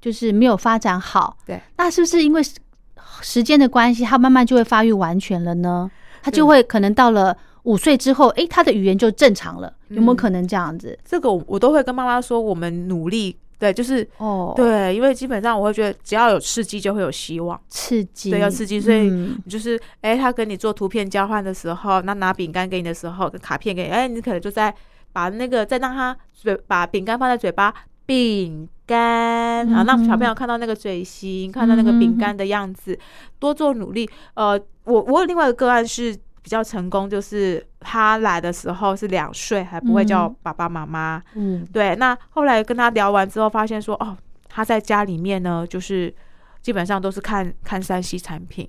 B: 就是没有发展好，
C: 对。
B: 那是不是因为时时间的关系，他慢慢就会发育完全了呢？他就
C: 对
B: 会可能到了五岁之后，诶，他的语言就正常了，
C: 嗯
B: 有没有可能这样子？
C: 这个我我都会跟妈妈说，我们努力，对，就是
B: 哦，，
C: 对，因为基本上我会觉得，只要有刺激就会有希望，
B: 刺激，
C: 对，要刺激，所以
B: 嗯
C: 就是，哎、他跟你做图片交换的时候，那拿饼干给你的时候，跟卡片给你，哎、你可能就在把那个再让他嘴把饼干放在嘴巴，饼干，啊，让小朋友看到那个嘴型，看到那个
B: 嗯
C: 饼
B: 哼
C: 干的样子，多做努力。呃，我我有另外一个个案是。比较成功，就是他来的时候是两岁，还不会叫
B: 嗯
C: 爸爸妈妈。
B: 嗯
C: 对，那后来跟他聊完之后，发现说，哦，他在家里面呢，就是基本上都是看看山西产品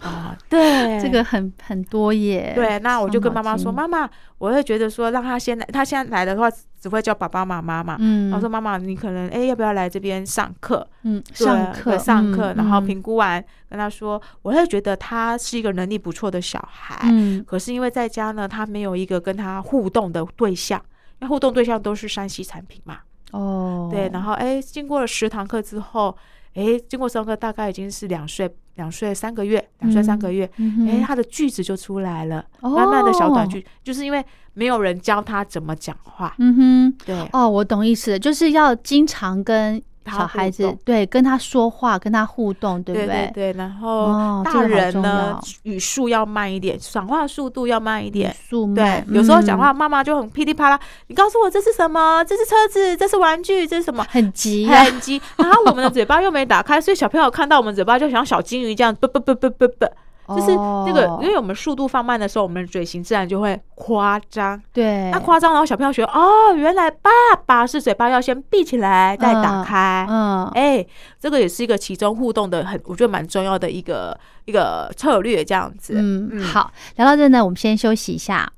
B: 哦
C: 啊。对，
B: 嗯这个很很多耶。
C: 对，那我就跟妈妈说，
B: 伤脑
C: 妈妈，我会觉得说让他先来，他现在来的话只会叫爸爸妈妈嘛。
B: 筋，嗯，
C: 然后说妈妈，你可能哎要不要来这边上课？
B: 嗯，
C: 对
B: 上课
C: 对上
B: 嗯
C: 课，然后
B: 嗯
C: 评估完跟他说，我会觉得他是一个能力不错的小孩，
B: 嗯
C: 可是因为在家呢，他没有一个跟他互动的对象，那互动对象都是山西产品嘛。
B: 哦，
C: 对，然后哎，经过了十堂课之后，哎，经过十堂课大概已经是两岁、两岁三个月、两岁三个月，
B: 嗯哼哦
C: 哎，他的句子就出来了，慢慢的小短句，就是因为没有人教他怎么讲话，
B: 嗯哼，
C: 对，
B: 哦，我懂意思了，就是要经常跟
C: 他
B: 小
C: 互
B: 孩子
C: 动
B: 对跟他说话，跟他互动，对不
C: 对
B: 对？
C: 对，然
B: 哦
C: 后
B: 这
C: 大
B: 个好
C: 人
B: 重
C: 呢
B: 要，
C: 语速要慢一点，讲话速度要慢一点，
B: 速
C: 对
B: 慢，，
C: 有时候
B: 嗯
C: 讲话，妈妈就很噼里啪啦，你告诉我这是什么？这是车子，这是玩具，这是什么？
B: 很急啊，
C: 很急。哎然后我们的嘴巴又没打开，所以小朋友看到我们嘴巴就像小金鱼这样，啵啵啵啵啵啵。就是这个，
B: 哦
C: 因为我们速度放慢的时候，我们的嘴型自然就会夸张。
B: 对，
C: 那夸张，然后小朋友学哦，原来爸爸是嘴巴要先闭起来，再打开。
B: 嗯，
C: 哎、这个也是一个其中互动的很，我觉得蛮重要的一个一个策略，这样子。
B: 嗯，好，聊到这呢，我们先休息一下。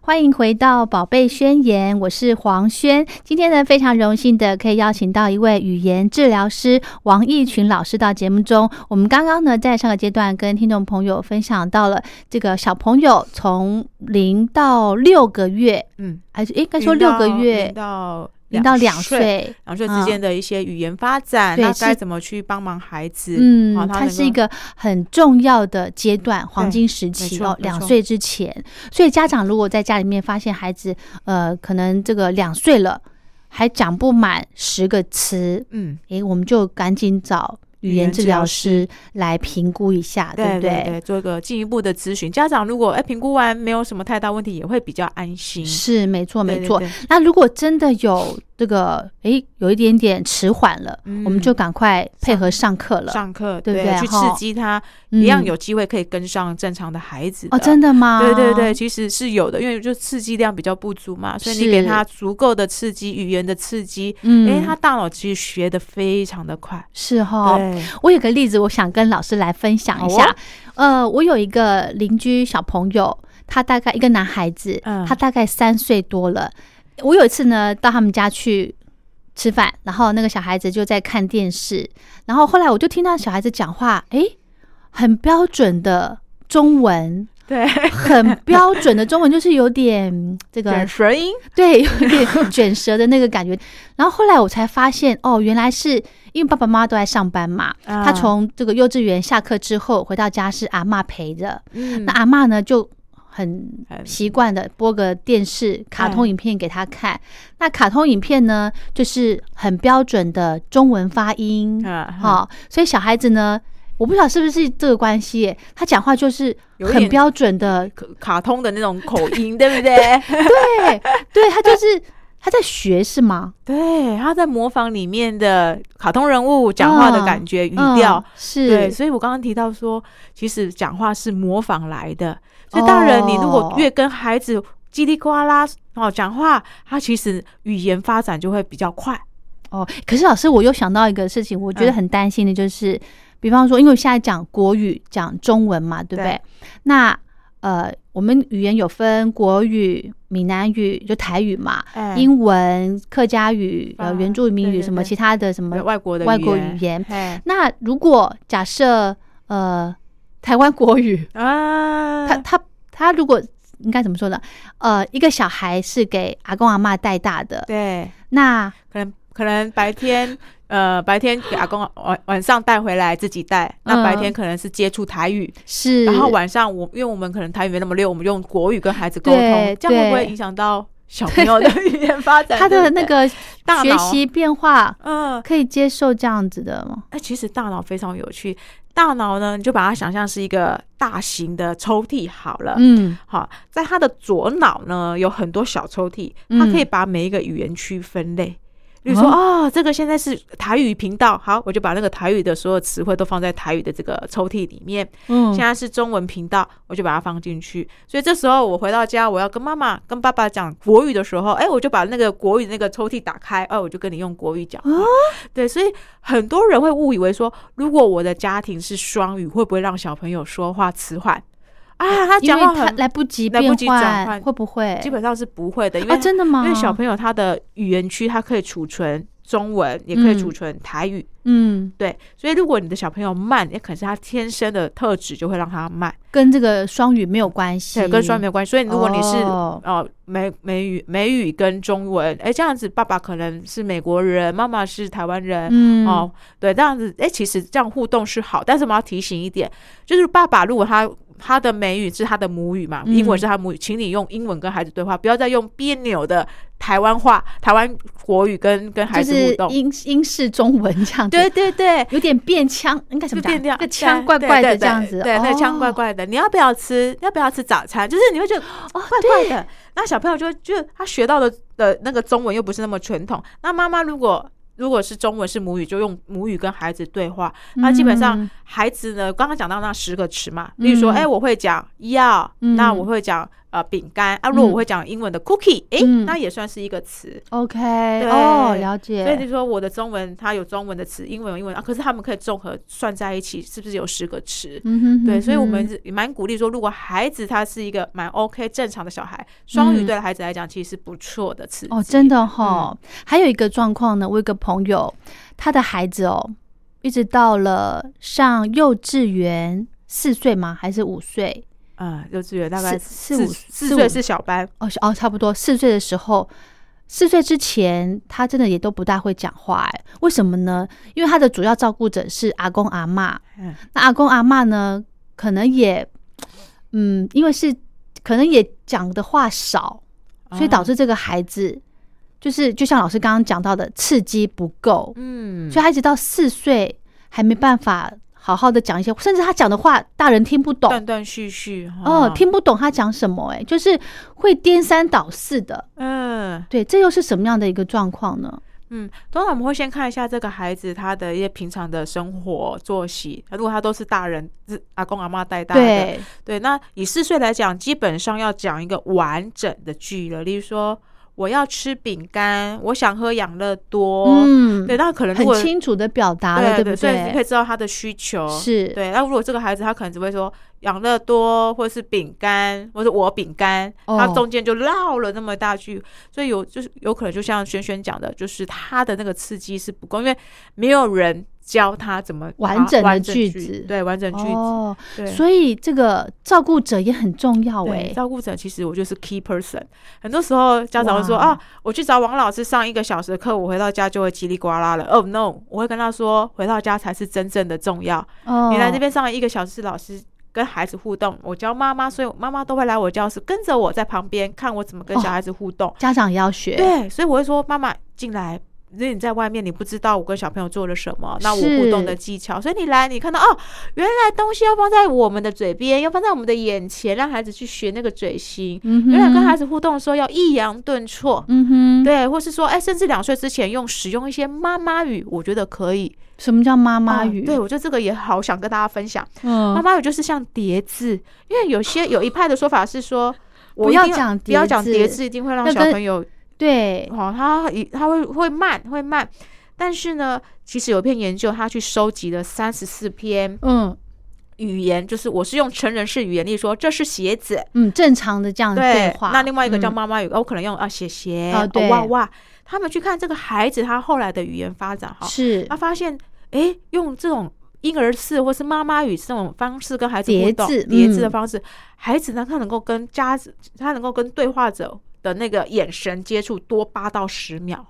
B: 欢迎回到《宝贝宣言》，我是黄轩。今天呢，非常荣幸的可以邀请到一位语言治疗师王义群老师到节目中。我们刚刚呢，在上个阶段跟听众朋友分享到了这个小朋友从零到六个月，
C: 嗯，
B: 还是应该说六个
C: 零
B: 月
C: 到
B: 零到两
C: 岁，
B: 岁，嗯
C: 两岁之间的一些语言发展，
B: 对
C: 那
B: 是
C: 该怎么去帮忙孩子？
B: 嗯
C: 好，他
B: 它
C: 能
B: 是一
C: 够
B: 个很重要的阶段，黄
C: 对
B: 金时
C: 没
B: 期
C: 错
B: 哦，
C: 没
B: 两
C: 错
B: 岁之前。所以家长如果在家里面发现孩子，呃，可能这个两岁了，还讲不满十个词，
C: 嗯，
B: 诶，我们就赶紧找语
C: 语
B: 言
C: 言
B: 治
C: 治
B: 疗
C: 疗
B: 师来评估一下，对
C: 对
B: 不
C: 对对，做一个进一步的咨询。家长如果哎评估完没有什么太大问题，也会比较安心。
B: 是，没错，
C: 对
B: 没
C: 对
B: 错
C: 对。
B: 那如果真的有这个，诶，有一点点迟缓了，我们就
C: 嗯
B: 赶快配合上课了。
C: 上课
B: 对不对
C: 去刺
B: 吼
C: 激他，
B: 嗯
C: 一样有机会可以跟上正常的孩子
B: 哦，真
C: 的。
B: 的吗？
C: 对对对，，其实是有的，因为就刺激量比较不足嘛，所以你给
B: 是
C: 他足够的刺激，语言的刺激，
B: 嗯
C: 哎，他大脑其实学的非常的快。
B: 是哦哈、
C: 对，
B: 我有个例子，我想跟老师来分享一下。
C: 好哦
B: 呃，我有一个邻居小朋友，他大概一个男孩子，
C: 嗯
B: 他大概三岁多了。我有一次呢，到他们家去吃饭，然后那个小孩子就在看电视，然后后来我就听到小孩子讲话，诶，很标准的中文。
C: 对，
B: 很标准的中文，就是有点嗯这个
C: 卷舌音，
B: 对，有一点卷舌的那个感觉。然后后来我才发现，哦，原来是因为爸爸妈妈都在上班嘛，
C: 啊
B: 他从这个幼稚园下课之后回到家是阿嬷陪着，
C: 嗯
B: 那阿嬷呢就。很
C: 很
B: 习惯的播个电视卡通
C: 哎
B: 影片给他看，那卡通影片呢，就是很标准的中文发音，嗯好、
C: 啊
B: 所以小孩子呢，我不晓得是不是这个关系耶，他讲话就是
C: 有一
B: 很
C: 点
B: 标准的
C: 卡卡通的那种口音， 对不对？
B: 对，对他就是他在学是吗？
C: 对，他在模仿里面的卡通人物讲话的感觉、
B: 嗯
C: 语调。
B: 是，
C: 对，所以我刚刚提到说，其实讲话是模仿来的。所以大人，你如
B: 哦
C: 果越跟孩子叽里呱啦哦讲话，他其实语言发展就会比较快。
B: 哦。可是老师，我又想到一个事情，我觉得
C: 嗯
B: 很担心的就是，比方说，因为我现在讲国语、讲中文嘛，对不对？
C: 对
B: 那呃，我们语言有分国语、闽南语，就台语嘛，
C: 哎
B: 英文、客家语、呃
C: 啊
B: 原住民语，
C: 对对
B: 什么
C: 对
B: 其他的什么
C: 对外国的
B: 外
C: 语
B: 国
C: 言
B: 语言。
C: 哎
B: 那如果假设呃，台湾国语，
C: 啊，
B: 嗯他他他如果应该怎么说呢？呃，一个小孩是给阿公阿妈带大的，
C: 对，
B: 那
C: 可能可能白天。呃，白天给阿公晚晚上带回来自己带，那白天
B: 嗯
C: 可能是接触台语，
B: 是
C: 然后晚上我因为我们可能台语没那么溜，我们用国语跟孩子沟
B: 对
C: 通，这样会不
B: 对
C: 会影响到小朋友的语言发 展？
B: 他的
C: 对不
B: 那
C: 对，
B: 个
C: 大
B: 学
C: 脑
B: 习变化
C: 嗯，
B: 可以接受这样子的吗？
C: 哎，其实大脑非常有趣，大脑呢，你就把它想象是一个大型的抽屉好了。
B: 嗯，
C: 好，在它的左脑呢有很多小抽屉，它可以把每一个语言区分类。比如说哦，这个现在是台语频道，好，我就把那个台语的所有词汇都放在台语的这个抽屉里面。
B: 嗯
C: 现在是中文频道，我就把它放进去。所以这时候我回到家，我要跟妈妈、跟爸爸讲国语的时候，哎、我就把那个国语那个抽屉打开，哎、我就跟你用国语讲
B: 啊
C: 话。对，所以很多人会误以为说，如果我的家庭是双语，会不会让小朋友说话迟缓啊？他
B: 因
C: 讲
B: 为
C: 话
B: 他
C: 很
B: 来不及
C: 来
B: 变
C: 不及转换
B: 会不会？
C: 基本上是不会的，因为
B: 啊，
C: 他
B: 真的吗？
C: 因为小朋友他的语言区，他可以储存中文，也可以
B: 嗯
C: 储存台语。
B: 嗯，
C: 对，所以如果你的小朋友慢，也可能是他天生的特质就会让他慢，
B: 跟这个双语没有关系，
C: 对，跟双语没有关系。所以如果你是、
B: 哦
C: 呃美美语美语跟中文，哎，这样子爸爸可能是美国人，妈妈是台湾人，
B: 嗯
C: 哦，对，这样子，哎，其实这样互动是好，但是我们要提醒一点，就是爸爸如果他。他的美语是他的母语嘛，
B: 嗯
C: 英文是他母语，请你用英文跟孩子对话，不要再用别扭的台湾话、台湾国语跟跟孩
B: 就
C: 子互
B: 是
C: 动。
B: 英英式中文这样子，
C: 对对对，
B: 有点变腔，应该怎
C: 就
B: 么讲？
C: 变掉
B: 那个腔怪怪的这样子，
C: 对，那个腔怪
B: 哦。
C: 怪的。你要不要吃？要不要吃早餐？就是你会觉得怪怪的。那小朋友就会就他学到的的那个中文又不是那么传统。那妈妈如果如果是中文是母语，就用母语跟孩子对话。那基本上
B: 嗯
C: 孩子呢，刚刚讲到那十个词嘛，例如说，
B: 嗯
C: 哎，我会讲药，
B: 嗯
C: 那我会讲呃饼干啊。如果我会讲英文的 cookie，哎
B: 嗯，
C: 那也算是一个词。
B: OK，哦，了
C: 所以你
B: 解，
C: 说我的中文它有中文的词，英文有英文啊，可是他们可以综合算在一起，是不是有十个词？
B: 嗯哼
C: 对，所以我
B: 嗯
C: 们
B: 哼
C: 是也蛮鼓励说，如果孩子他是一个蛮 OK 正常的小孩，双语
B: 嗯
C: 对孩子来讲其实是不错的词。
B: 哦，真的哈、还有一个状况呢，我有一个朋友，他的孩子哦，一直到了上幼稚园四岁吗？还是五岁？
C: 啊，幼稚园大概
B: 四四
C: 四
B: 五
C: 四
B: 四五
C: 岁是小班，
B: 哦是哦，差不多四岁的时候，四岁之前他真的也都不大会讲话，哎，为什么呢？因为他的主要照顾者是阿公阿妈，
C: 嗯
B: 那阿公阿妈呢，可能也，嗯，因为是可能也讲的话少，
C: 哦
B: 所以导致这个孩子。就是就像老师刚刚讲到的，刺激不够，
C: 嗯，
B: 所以他一直到四岁还没办法好好的讲一些，甚至他讲的话大人听不懂，
C: 断断续续
B: 哦，
C: 哈
B: 听不懂他讲什么、哎，就是会颠三倒四的。
C: 嗯
B: 对，这又是什么样的一个状况呢？
C: 嗯，通常我们会先看一下这个孩子他的一些平常的生活作息，如果他都是大人，是阿公阿妈带大的，
B: 对，
C: 对，那以四岁来讲，基本上要讲一个完整的句了，例如说我要吃饼干，我想喝养乐多，
B: 嗯，
C: 对，那可能如
B: 很
C: 果
B: 清楚的表达了，
C: 对
B: 不
C: 所以你可以
B: 对？
C: 知道他的需求
B: 是
C: 对。那如果这个孩子他可能只会说养乐多或者是饼干，或者是我饼干，
B: 哦
C: 他中间就绕了那么一大句，所以有就是有可能就像轩轩讲的，就是他的那个刺激是不够，因为没有人教他怎么
B: 完整的
C: 完整
B: 句
C: 句
B: 子
C: 对，完整句子，
B: 哦，
C: 对。
B: 所以这个照顾者也很重要
C: 对，
B: 哎、
C: 照顾者其实我就是 key person。很多时候家长会说
B: 哇
C: 啊，我去找王老师上一个小时的课，我回到家就会叽里呱啦了。Oh no，我会跟他说，回到家才是真正的重要。
B: 哦，
C: 你来这边上一个小时，老师跟孩子互动，我教妈妈，所以我妈妈都会来我教室，跟着我在旁边看我怎么跟
B: 哦
C: 小孩子互动。
B: 家长也要学，
C: 对，所以我会说，妈妈进来。因为你在外面，你不知道我跟小朋友做了什么，那我
B: 是
C: 互动的技巧，所以你来，你看到哦，原来东西要放在我们的嘴边，要放在我们的眼前，让孩子去学那个嘴型。
B: 嗯哼
C: 原来跟孩子互动的时候要抑扬顿挫，
B: 嗯哼，，
C: 对，或是说，哎，甚至两岁之前用使用一些妈妈语，我觉得可以。
B: 什么叫妈妈
C: 哦
B: 语？
C: 对，我觉得这个也好想跟大家分享。
B: 嗯，
C: 妈妈有就是像叠字，因为有些有一派的说法是说，我
B: 不
C: 一
B: 要
C: 定
B: 讲
C: 不要
B: 叠
C: 讲
B: 字
C: 叠字，一定会让
B: 那
C: 小
B: 跟
C: 朋友
B: 对，
C: 哦，他一他会会慢会慢。但是呢，其实有一篇研究，他去收集了三十四篇
B: 嗯
C: 语言，就是我是用成人式语言，例如说这是鞋子，
B: 嗯，正常的这样对话。
C: 那另外一个叫
B: 嗯
C: 妈妈语，哦我可能用啊写鞋
B: 哦对
C: 哇哇。他们去看这个孩子他后来的语言发展哈，
B: 嗯是
C: 他发现诶，用这种婴儿式或是妈妈语这种方式跟孩子互动，
B: 叠字
C: 叠字的
B: 嗯
C: 方式，孩子呢他能够跟家他能够跟对话者的那个眼神接触多八到十秒。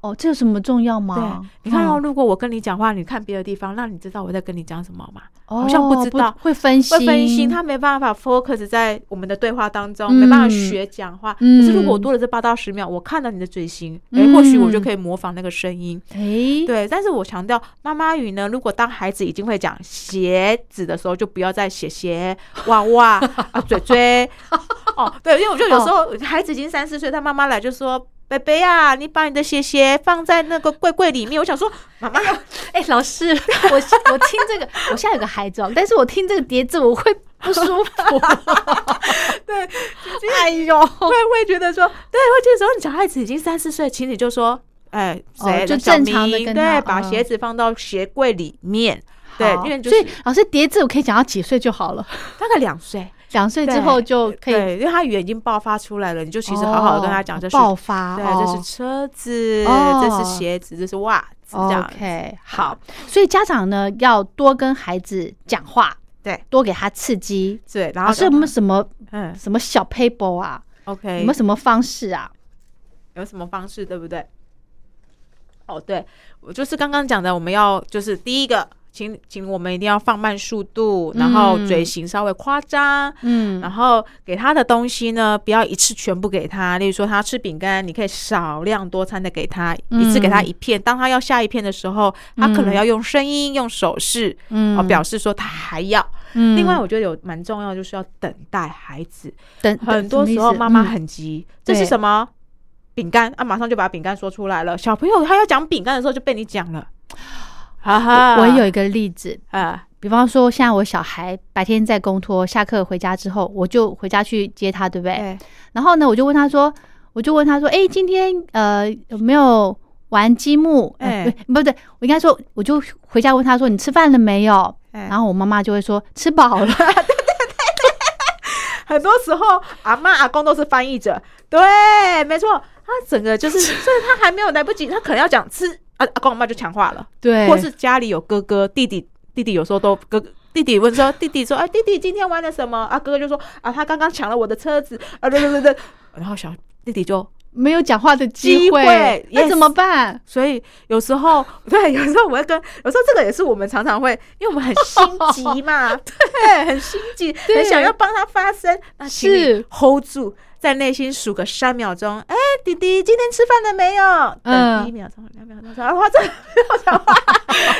B: 哦，这有什么重要吗
C: 对？，你看哦，
B: 嗯，
C: 如果我跟你讲话，你看别的地方，那你知道我在跟你讲什么吗？
B: 哦
C: 好像不知道
B: 会分析，
C: 会分心，他没办法 focus 在我们的对话当中，
B: 嗯
C: 没办法学讲话。
B: 嗯
C: 可是如果我多了这八到十秒，我看到你的嘴型，诶、
B: 嗯
C: 或许我就可以模仿那个声音。
B: 诶，
C: 对，但是我强调，妈妈语呢，如果当孩子已经会讲鞋子的时候，就不要再写鞋、哇
B: 哦
C: 哇、啊、嘴嘴。哦，对，因为我就有时候孩子已经三四岁，他妈妈来就说贝贝啊，你把你的鞋鞋放在那个柜柜里面。”我想说：“妈妈，
B: 哎、老师，我 我听这个，我现在有个孩子哦，但是我听这个叠字我会不舒服。
C: 对，
B: 哎呦，
C: 会会觉得说，对，会觉得说你小孩子已经三四岁，请你就说，哎，
B: 哦
C: 谁、
B: 就
C: 小
B: 正常地
C: 明
B: 跟他
C: 对，把
B: 嗯
C: 鞋子放到鞋柜里面，对，
B: 好
C: 因为就
B: 所
C: 是
B: 以老师叠字我可以讲到几岁就好了，
C: 大概两 岁。
B: 两岁之
C: 对
B: 后就可以。
C: 对，因为他语言已经爆发出来了，你就其实好好的跟他讲，
B: 哦
C: 这是、
B: 爆发，
C: 对，
B: 哦
C: 这是车子，
B: 哦
C: 这是鞋子，这是袜子，这样。
B: OK，好，所以家长呢要多跟孩子讲话，
C: 对
B: 多给他刺激。
C: 对，然
B: 老
C: 后
B: 师有没有什么
C: 嗯
B: 什么小 paper 啊？有
C: ，OK，
B: 没有什么方式啊？
C: 有什么方式，对不对？哦，对，我就是刚刚讲的，我们要就是第一个，请请我们一定要放慢速度，然后
B: 嗯
C: 嘴型稍微夸张，
B: 嗯，
C: 然后给他的东西呢，不要一次全部给他。例如说他吃饼干，你可以少量多餐的给他，
B: 嗯
C: 一次给他一片。当他要下一片的时候，他可能
B: 嗯
C: 要用声音、用手势，
B: 嗯
C: 哦，表示说他还要。
B: 嗯
C: 另外，我觉得有蛮重要，就是要等待孩子。
B: 等
C: 很多时候妈妈，
B: 嗯
C: 很急，这是
B: 对
C: 什么？饼干啊，马上就把饼干说出来了。小朋友他要讲饼干的时候就被你讲了，哈啊哈。
B: 等什么意思嗯我有一个例子，
C: 啊，
B: 比方说现在我小孩白天在公托，下课回家之后，我就回家去接他，对不对？
C: 对，
B: 然后呢，我就问他说，我就问他说，哎、今天呃有没有玩积木？
C: 哎
B: 呃不不对，我应该说，我就回家问他说，你吃饭了没有？
C: 哎
B: 然后我妈妈就会说吃饱了。
C: 很多时候阿妈阿公都是翻译者，对，没错，他整个 就是，所以他还没有来不及，他可能要讲吃啊，阿公阿妈就强化了，
B: 对，
C: 或是家里有哥哥弟弟，弟弟有时候都哥。弟弟问说：“ 弟弟说，哎，弟弟今天玩了什么？”啊，哥哥就说：“啊，他刚刚抢了我的车子。”啊，对对对对。然后小弟弟就
B: 没有讲话的机
C: 机会
B: 那
C: yes
B: 怎么办？
C: 所以有时候，对，有时候我会跟，有时候这个也是我们常常会，因为我们很心急嘛，对，很心急，
B: 对
C: 很想要帮他发声，那请
B: 是
C: 你 hold 住，在内心数个三秒钟，哎、弟弟，今天吃饭了没有？
B: 嗯
C: 等一秒钟、两秒钟，然后他这秒讲话，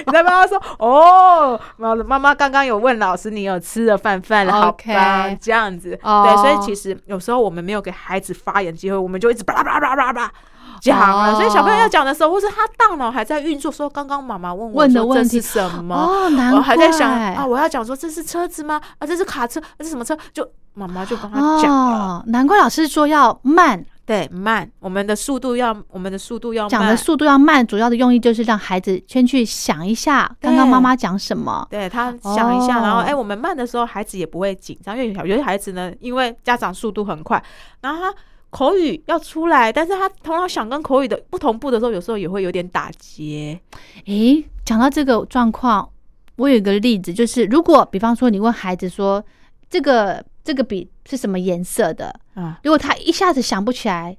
C: 你再帮他说，哦，妈妈妈刚刚有问老师，你有吃了饭饭了，好
B: OK
C: 棒，这样子，
B: 哦
C: 对，所以其实有时候我们没有给孩子发言机会，我们就一直巴拉巴拉巴拉巴拉。讲
B: 哦
C: 了，所以小朋友要讲的时候，或是他大脑还在运作，说刚刚妈妈问我
B: 问的
C: 说
B: 问
C: 这
B: 题
C: 是什么，
B: 哦，难
C: 我
B: 怪
C: 还在想啊，我要讲说这是车子吗？啊，这是卡车，啊这是什么车？就妈妈就跟他讲啊了，
B: 哦，难怪老师说要慢，
C: 对，慢，我们的速度要，我们的速度要
B: 讲的
C: 慢，
B: 速度要慢，主要的用意就是让孩子先去想一下
C: 对
B: 刚刚妈妈讲什么。
C: 对他想一下，然后
B: 哦
C: 哎，我们慢的时候，孩子也不会紧张，因为有些孩子呢，因为家长速度很快，然后他口语要出来，但是他头脑想跟口语的不同步的时候，有时候也会有点打结，
B: 诶，讲到这个状况，我有一个例子，就是如果比方说你问孩子说这个这个笔是什么颜色的，
C: 啊，
B: 如果他一下子想不起来，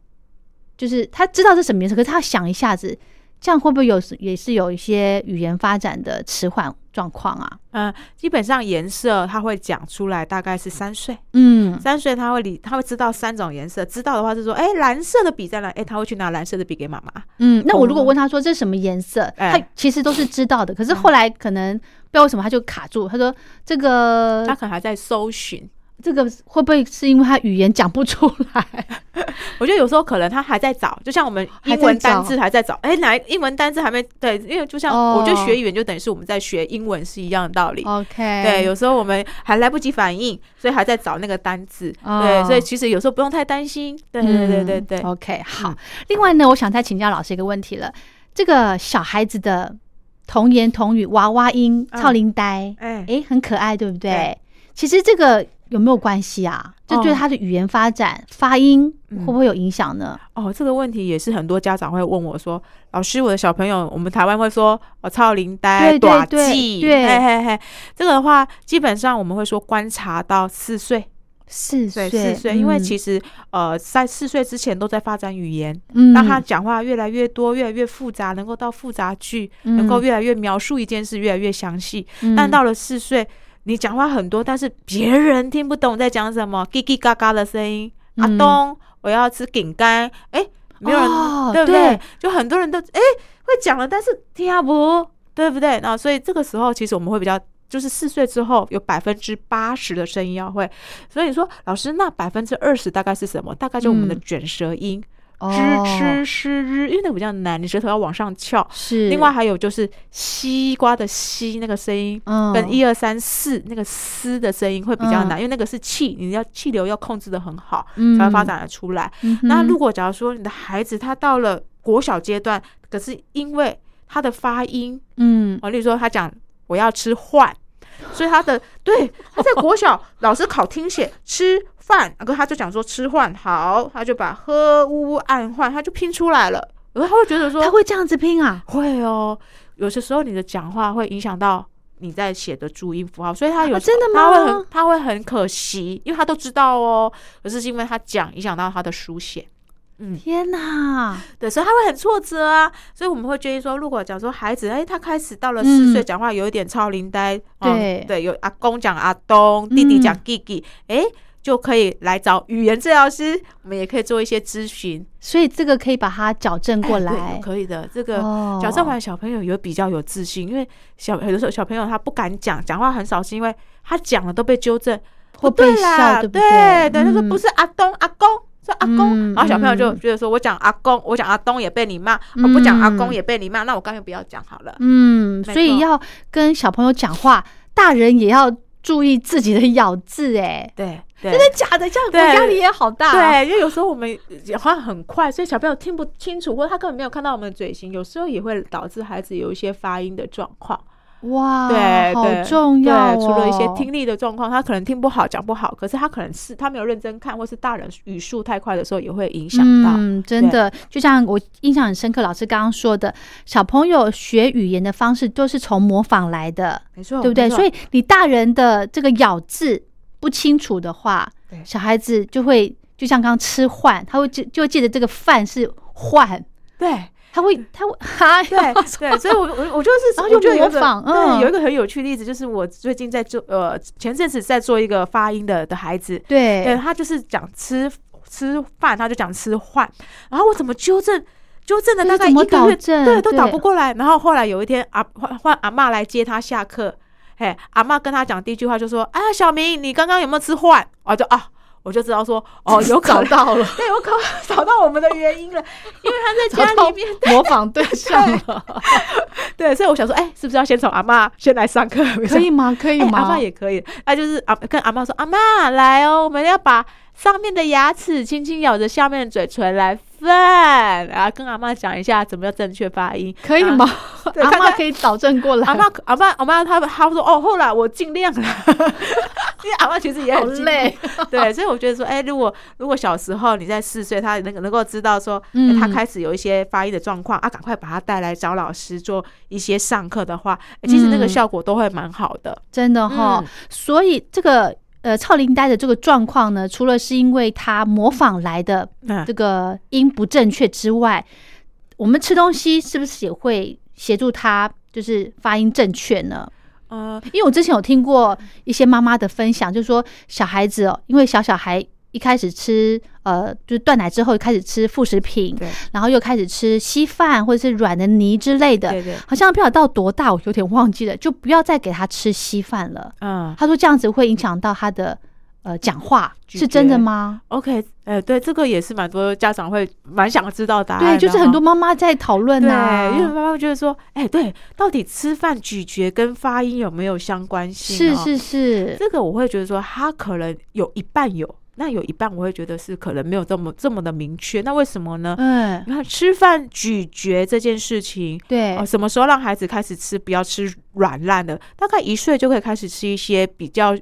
B: 就是他知道是什么颜色，可是他想一下子，这样会不会有时也是有一些语言发展的迟缓状况啊？
C: 嗯，基本上颜色他会讲出来，大概是三岁。
B: 嗯，
C: 三岁他会理，他会知道三种颜色。知道的话是说，哎、蓝色的笔在哪？哎、他会去拿蓝色的笔给妈妈。
B: 嗯，那我如果
C: 哦
B: 问他说这是什么颜色，
C: 哎
B: 他其实都是知道的，可是后来可能不知道为什么他就卡住，他说这个
C: 他可能还在搜寻。
B: 这个会不会是因为他语言讲不出 来？
C: 我觉得有时候可能他还在找，就像我们
B: 还在
C: 英文单字还在找，哎、哪一英文单字还没对，因为就像
B: 哦
C: 我觉得学语言就等于是我们在学英文是一样的道理。
B: OK，
C: 对，有时候我们还来不及反应，所以还在找那个单字。
B: 哦
C: 对，所以其实有时候不用太担心。对对对对对，
B: 嗯 OK，好。另外呢，我想再请教老师一个问题了，这个小孩子的童言童语、娃娃音、
C: 嗯
B: 超龄呆，
C: 哎
B: 诶，很可爱，对不对？
C: 对
B: 其实这个有没有关系啊？这对
C: 哦
B: 他的语言发展、发音会
C: 嗯
B: 不会有影响呢？
C: 哦，这个问题也是很多家长会问我说：“老师，我的小朋友，我们台湾会说哦，超龄呆、
B: 对对
C: 短
B: 对
C: 记，
B: 对
C: 嘿嘿嘿。”这个的话，基本上我们会说观察到四岁，
B: 四岁，嗯
C: 对四岁，因为其
B: 实
C: 实呃，在四岁之前都在发展语言，
B: 嗯
C: 当他讲话越来越多、越来越复杂，能够到复杂句，能够
B: 嗯
C: 越来越描述一件事越来越详细。
B: 嗯
C: 但到了四岁，你讲话很多，但是别人听不懂在讲什么，叽叽嘎嘎的声音。阿
B: 嗯
C: 东，我要吃饼干。哎，没有人，
B: 哦
C: 对不
B: 对
C: 对？就很多人都哎会讲了，但是听不，对不对？那所以这个时候，其实我们会比较。就是四岁之后有百分之八十的声音要会，所以你说老师那百分之二十大概是什么？大概就我们的
B: 嗯
C: 卷舌音，
B: 哦
C: z ch sh 日，因为那个比较难，你舌头要往上翘。
B: 是。
C: 另外，还有就是西瓜的西那个声音，
B: 嗯
C: 跟一二三四那个嘶的声音会比较
B: 嗯
C: 难，因为那个是气，你要气流要控制的很好，
B: 嗯
C: 才会发展的出来。
B: 嗯哼
C: 那如果假如说你的孩子他到了国小阶段，可是因为他的发音，
B: 嗯
C: 哦，例如说他讲我要吃饭，所以他的对他在国小老师考听写吃饭，然后他就讲说吃饭好，他就把喝呜暗换，他就拼出来了，然后他会觉得说
B: 他会这样子拼啊，
C: 会哦，有些时候你的讲话会影响到你在写的注音符号，所以他有、
B: 啊真的
C: 他会
B: 吗
C: 很他会很可惜，因为他都知道哦，可是是因为他讲影响到他的书写。
B: 天哪！
C: 哎对，所以他会很挫折啊。所以我们会建议说，如果讲说孩子，哎，他开始到了四岁，
B: 嗯
C: 讲话有一点超龄呆，
B: 对嗯
C: 嗯对，有阿公讲阿东，弟弟讲弟弟，哎、就可以来找语言治疗师，我们也可以做一些咨询。
B: 所以这个可以把它矫正过
C: 哎对
B: 来，
C: 可以的。这个
B: 哦
C: 矫正完小朋友有比较有自信，因为小有的时候小朋友他不敢讲，讲话很少，是因为他讲了都被纠正，
B: 会
C: 不对
B: 被
C: 啦，
B: 笑对
C: 对
B: 不对
C: 对，他说
B: 嗯
C: 不是阿东阿公。说阿公，
B: 嗯
C: 然后小朋友就
B: 嗯
C: 觉得说，我讲阿公，我讲阿东也被你骂，我、
B: 嗯
C: 不讲阿公也被你骂，那我干脆不要讲好了。
B: 嗯，
C: 没
B: 所以
C: 错
B: 要跟小朋友讲话，大人也要注意自己的咬字，哎，
C: 对，对
B: 真
C: 哦
B: 的假的？这样我
C: 对
B: 压力也好大、啊。
C: 对，因为有时候我们讲话很快，所以小朋友听不清楚，或者他根本没有看到我们的嘴型，有时候也会导致孩子有一些发音的状况。
B: 对，哇，
C: 对，
B: 啊好
C: 对
B: 重要、哦、
C: 对，除了一些听力的状况，他可能听不好、讲不好，可是他可能是他没有认真看，或是大人语速太快的时候，也会影响到。
B: 嗯，真的，就像我印象很深刻，老师刚刚说的，小朋友学语言的方式都是从模仿来的，
C: 没错，
B: 对不对？
C: 没错
B: 所以你大人的这个咬字不清楚的话
C: 对，
B: 小孩子就会就像刚刚吃饭，他会记就会记得这个饭是饭，
C: 对。
B: 他会他会哈，
C: 对对，所以我我我就是，
B: 然后
C: 我
B: 就
C: 觉得有
B: 模
C: 一个
B: 仿嗯
C: 对，有一个很有趣的例子，就是我最近在做，呃，前阵子在做一个发音的的孩子，对
B: 对，
C: 他就是讲吃吃饭，他就讲吃饭，然后我怎么纠正？纠正了
B: 对
C: 大概
B: 怎
C: 一
B: 么
C: 个
B: 导
C: 月，
B: 正
C: 对，都
B: 对
C: 倒不过来。然后后来有一天，阿换换阿嬷来接他下课，哎，阿嬷跟他讲第一句话就说：“哎，小明，你刚刚有没有吃饭？”啊，就啊，我就知道说，哦，有 搞到了， 对，有搞找到我们的原因了，因为他在
B: 找
C: 家
B: 到
C: 里 面，
B: 模仿对 象了，
C: 对，所以我想说，哎，是不是要先从阿嬷先来 上课？
B: 可以吗？可以
C: 哎，
B: 吗？
C: 阿妈也可以，啊，就是阿跟阿妈说，阿妈来哦，我们要把上面的牙齿轻轻咬着下面的嘴唇来饭，然后跟阿妈讲一下怎么样正确发音，啊
B: 可以吗？
C: 对
B: 阿
C: 看
B: 妈
C: 看
B: 可以导正过来，
C: 阿妈阿妈阿妈他们他说哦，后来我尽量了， 因为阿妈其实也
B: 好
C: 很辛苦
B: 累，
C: 对，所以我觉得说，哎、如果如果小时候你在四岁，他能能够知道说，哎
B: 嗯
C: 他开始有一些发音的状况啊，赶快把他带来找老师做一些上课的话，哎其实那个
B: 嗯
C: 效果都会蛮好的。
B: 真的哈、
C: 嗯
B: 所以这个呃超龄呆的这个状况呢，除了是因为他模仿来的
C: 嗯
B: 这个音不正确之外，我们吃东西是不是也会协助他就是发音正确呢？
C: 呃，
B: 因为我之前有听过一些妈妈的分享，就是说小孩子哦，因为小小孩一开始吃呃，就是断奶之后开始吃副食品
C: 对，
B: 然后又开始吃稀饭或者是软的泥之类的，
C: 对对
B: 好像不晓得到多大，我有点忘记了，就不要再给他吃稀饭了。
C: 嗯，
B: 他说这样子会影响到他的呃讲话，
C: 咀
B: 是真的
C: 嚼
B: 吗？
C: OK，呃，对，这个也是蛮多家长会蛮想知道答案
B: 对，
C: 的
B: 就是
C: 哈
B: 很多妈妈在讨论
C: 哎
B: 啊呐，
C: 对，因为妈妈会觉得说，哎，对，到底吃饭咀嚼跟发音有没有相关性、
B: 是
C: 哦？
B: 是是，
C: 这个我会觉得说，他可能有一半有，那有一半我会觉得是可能没有这么这么的明确。那为什么呢？
B: 嗯，
C: 你看吃饭咀嚼这件事情，
B: 对
C: 哦，，什么时候让孩子开始吃？不要吃软烂的，大概一岁就可以开始吃一些比较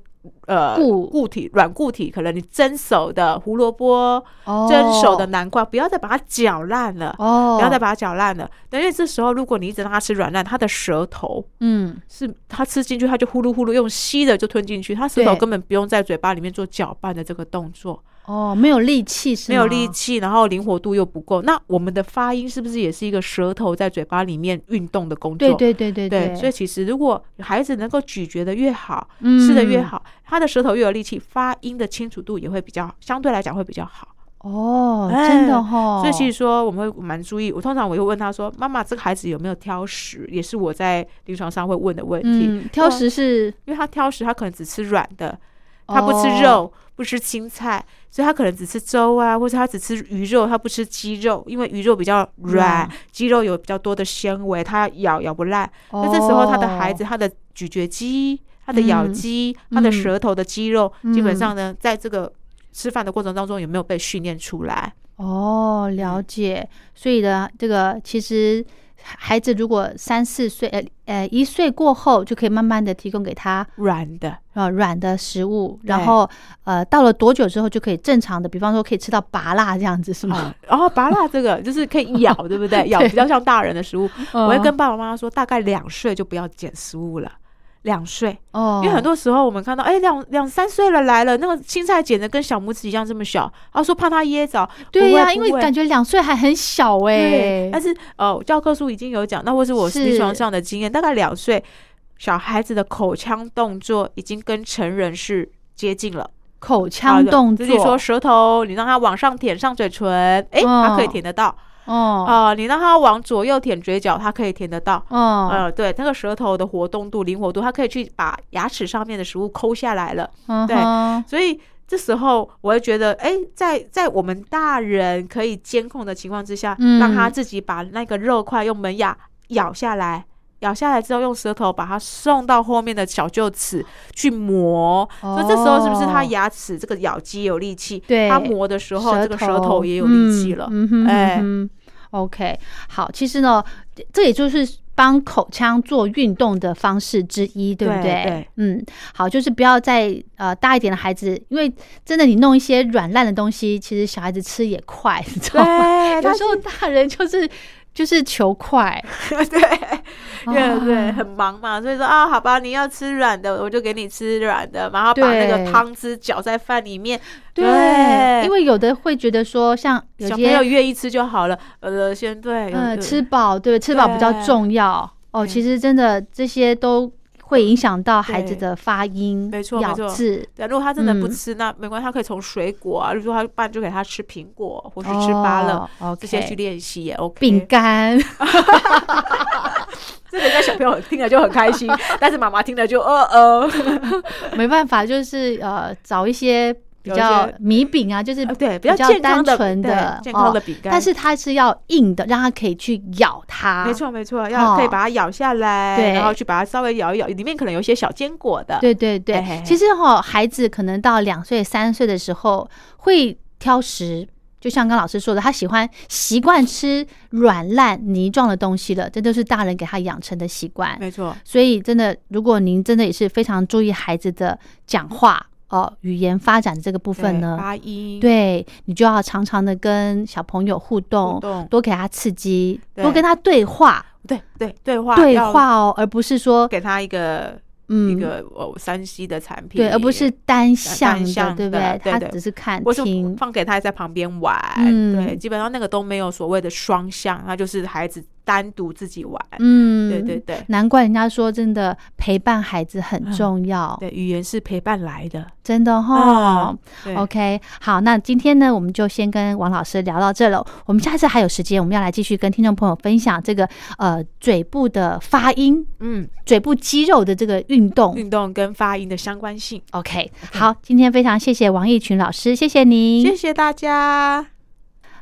C: 呃
B: 固
C: 固体、软固体，可能你蒸熟的胡萝卜、
B: 哦
C: 蒸熟的南瓜，不要再把它搅烂了，
B: 哦，
C: 不要再把它搅烂了。因为这时候如果你一直让他吃软烂，他的舌头
B: 嗯，
C: 是他吃进去，他就呼噜呼噜用吸的就吞进去，他舌头
B: 对
C: 根本不用在嘴巴里面做搅拌的这个动作。
B: 哦，没有力气是
C: 没有
B: 吗
C: 力气，然后灵活度又不够。那我们的发音是不是也是一个舌头在嘴巴里面运动的工作？
B: 对对对对
C: 对所以其实如果孩子能够咀嚼的越好，吃的越
B: 嗯
C: 好，他的舌头越有力气，发音的清楚度也会比较，相对来讲会比较好。
B: 哦，
C: 哎
B: 真的哈，
C: 所以其实说我们会蛮注意，我通常我会问他说：“妈妈，这个孩子有没有挑食？”也是我在临床上会问的问题。
B: 嗯，挑食是
C: 因为他挑食，他可能只吃软的，他不吃
B: 哦
C: 肉，不吃青菜，所以他可能只吃粥啊，或者他只吃鱼肉，他不吃鸡肉，因为鱼肉比较软，鸡肉有比较多的纤维，他咬咬不烂。那这时候他的孩子，他的咀嚼肌、他的咬肌、他的舌头的肌肉，基本上呢，在这个吃饭的过程当中有没有被训练出来？
B: 哦，了解。所以呢，这个其实孩子如果三四岁，呃呃，一岁过后就可以慢慢的提供给他
C: 软的，
B: 呃软的食物，然
C: 对
B: 后呃到了多久之后就可以正常的，比方说可以吃到拔辣这样子，是吗？
C: 然后哦拔蜡这个 就是可以咬，对不对？嗯咬比较像大人的食物。我会跟爸爸妈妈说，大概两岁就不要捡食物了，两岁。
B: 哦，
C: 因为很多时候我们看到，哎、两两三岁了来了，那个青菜剪的跟小拇指一样这么小，他说怕它噎着。
B: 对呀、因为
C: 感觉。
B: 感觉两岁还很小哎、
C: 对，但是呃，教科书已经有讲到，或是我
B: 是
C: 临床上的经验，大概两岁小孩子的口腔动作已经跟成人是接近了。
B: 口
C: 好
B: 腔
C: 的
B: 动
C: 比如说
B: 作，
C: 舌头，你让他往上舔上嘴唇，哎、他可以
B: 嗯
C: 舔得到。
B: 哦
C: 啊、你让他往左右舔嘴角，他可以舔得到。
B: 哦
C: 呃，对，那个舌头的活动度、灵活度，他可以去把牙齿上面的食物抠下来了。
B: 嗯
C: 对
B: 哼
C: 所以这时候我会觉得，哎、在在我们大人可以监控的情况之下，
B: 嗯
C: 让他自己把那个肉块用门牙咬下来。咬下来之后，用舌头把它送到后面的小臼齿去磨，
B: 哦
C: 所以这时候是不是他牙齿这个咬肌有力气？
B: 对
C: 他磨的时候，这个舌头也有力
B: 嗯
C: 气了。
B: 嗯哼，
C: 哎
B: 嗯哼，OK，好，其实呢，这也就是帮口腔做运动的方式之一，对不
C: 对对
B: 嗯，好，就是不要再呃大一点的孩子，因为真的你弄一些软烂的东西，其实小孩子吃也快，你知道吗？
C: 对，
B: 有
C: 他
B: 时候大人就是就是求快，
C: 对，
B: 哦
C: 对对，很忙嘛，所以说啊，好吧，你要吃软的，我就给你吃软的，然后把那
B: 对
C: 个汤汁搅在饭里面。
B: 因为有的会觉得说，像有
C: 小朋友
B: 些
C: 愿意吃就好了。呃，先对，有
B: 呃
C: 有
B: 吃饱，对，吃饱比较
C: 对
B: 重要哦。
C: 对
B: 其实真的这些都会影响到孩子
C: 对
B: 的发音、
C: 没错没
B: 咬
C: 错
B: 字。
C: 对，如果他真的不
B: 嗯
C: 吃，那没关系，他可以从水果啊，如果他爸就给他吃苹果，或是吃芭乐，
B: 哦
C: 这些去
B: OK
C: 练习也 OK。
B: 饼干，
C: 这个在小朋友听了就很 开心，但是妈妈听了就呃呃，
B: 没办法，就是呃，找一些比
C: 有一
B: 较
C: 些
B: 米饼啊，就是
C: 呃对
B: 比
C: 比较健
B: 单
C: 康的
B: 纯
C: 对
B: 的
C: 健康的
B: 哦
C: 饼干
B: 但是它是要硬的，让它可以去咬它。
C: 没，错没错，要可以把它咬下来，
B: 啊哦对
C: 然后去把它稍微咬一咬，里面可能有一些小坚果的。
B: 对对对。
C: 哎哎哎
B: 其实哈、孩子可能到两岁、三岁的时候会挑食。就像刚老师说的，他喜欢习惯吃软烂泥状的东西了，这都是大人给他养成的习惯。
C: 没错，
B: 所以真的，如果您真的也是非常注意孩子的讲话哦，语言发展这个部分
C: 对
B: 呢，
C: 发音
B: 对你就要常常的跟小朋友互动，
C: 互动
B: 多给他刺激，
C: 对
B: 多跟他对话，
C: 对对对话
B: 对
C: 要
B: 话哦，而不是说
C: 给他一个一
B: 嗯。
C: 个哦三 C 的产品，
B: 对，而不是单向的，
C: 向
B: 对不
C: 的对
B: 他
C: 对
B: 只是看
C: 或是
B: 听，
C: 放给他在旁边玩，
B: 嗯
C: 对，基本上那个都没有所谓的双向，他就是孩子单独自己玩，
B: 嗯，
C: 对对对
B: 难怪人家说，真的陪伴孩子很重要，
C: 对，语言是陪伴来的。
B: 真的哈、
C: 啊对
B: OK，好，那今天呢，我们就先跟王老师聊到这了。我们下次还有时间，我们要来继续跟听众朋友分享这个呃嘴部的发音、
C: 嗯，
B: 嘴部肌肉的这个运动。
C: 运动跟发音的相关性，
B: OK，好，今天非常谢谢王义群老师，谢谢您，
C: 谢谢大家。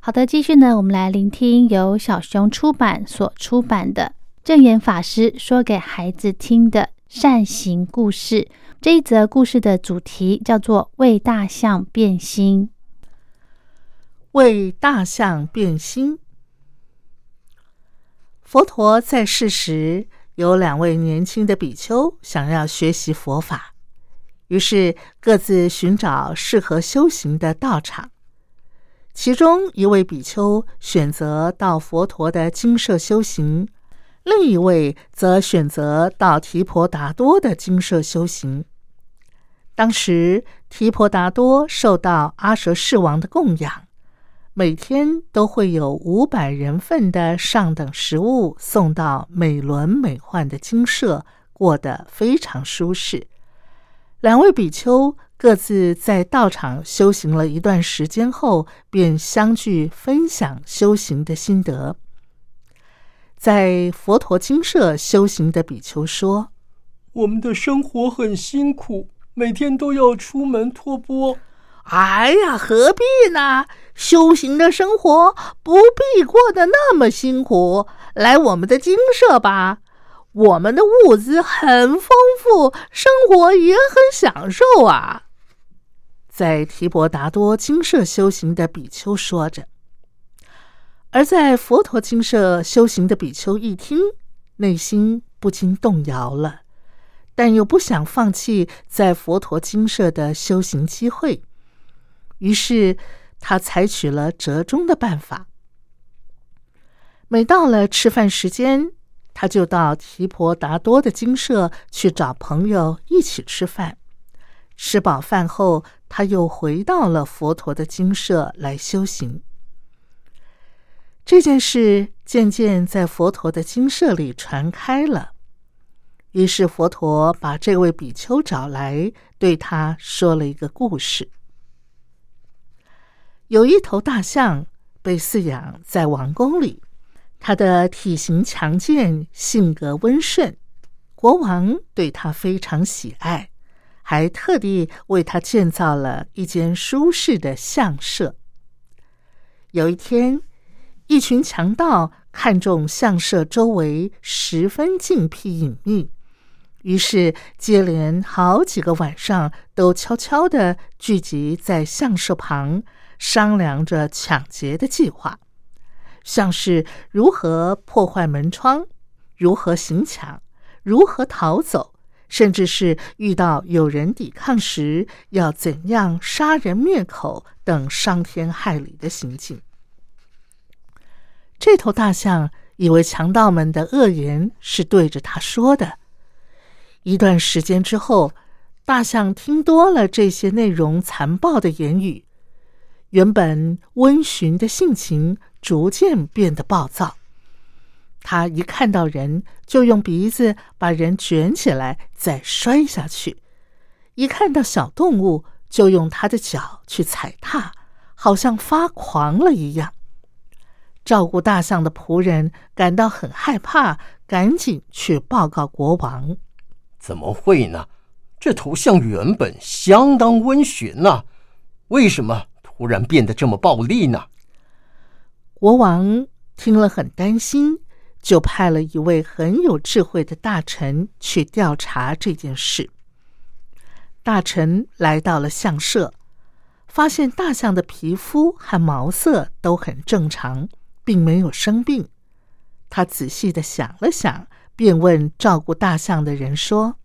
B: 好的，继续呢，我们来聆听由小熊出版所出版的《正言法师说给孩子听的善行故事》。这一则故事的主题叫做“为大象变心
D: 为大象变心。佛陀在世时，有两位年轻的比丘想要学习佛法，于是各自寻找适合修行的道场。其中一位比丘选择到佛陀的精舍修行，另一位则选择到提婆达多的精舍修行。当时提婆达多受到阿舍世王的供养。每天都会有五百人份的上等食物送到美轮美奂的精舍，过得非常舒适。两位比丘各自在道场修行了一段时间后，便相聚分享修行的心得。在佛陀精舍修行的比丘说
E: 我们的生活很辛苦，每天都要出门托钵，
D: 哎呀，何必呢？修行的生活不必过得那么辛苦。来我们的精舍吧，我们的物资很丰富，生活也很享受啊。在提婆达多精舍修行的比丘说着，而在佛陀精舍修行的比丘一听，内心不禁动摇了。但又不想放弃在佛陀精舍的修行机会，于是他采取了折中的办法。每到了吃饭时间，他就到提婆达多的精舍去找朋友一起吃饭。吃饱饭后，他又回到了佛陀的精舍来修行。这件事渐渐在佛陀的精舍里传开了。于是佛陀把这位比丘找来，对他说了一个故事。有一头大象被饲养在王宫里，它的体型强健，性格温顺，国王对它非常喜爱，还特地为它建造了一间舒适的象舍。有一天，一群强盗看中象舍周围十分禁僻隐秘。于是，接连好几个晚上都悄悄地聚集在象舍旁，商量着抢劫的计划，像是如何破坏门窗、如何行抢、如何逃走，甚至是遇到有人抵抗时要怎样杀人灭口等伤天害理的行径。这头大象以为强盗们的恶言是对着他说的。一段时间之后，大象听多了这些内容残暴的言语，原本温驯的性情逐渐变得暴躁。它一看到人就用鼻子把人卷起来再摔下去，一看到小动物就用它的脚去踩踏，好像发狂了一样。照顾大象的仆人感到很害怕，赶紧去报告国王。
E: 怎么会呢？这头象原本相当温驯呐、为什么突然变得这么暴力呢？
D: 国王听了很担心，就派了一位很有智慧的大臣去调查这件事。大臣来到了象舍，发现大象的皮肤和毛色都很正常，并没有生病。他仔细的想了想，便问照顾大象的人说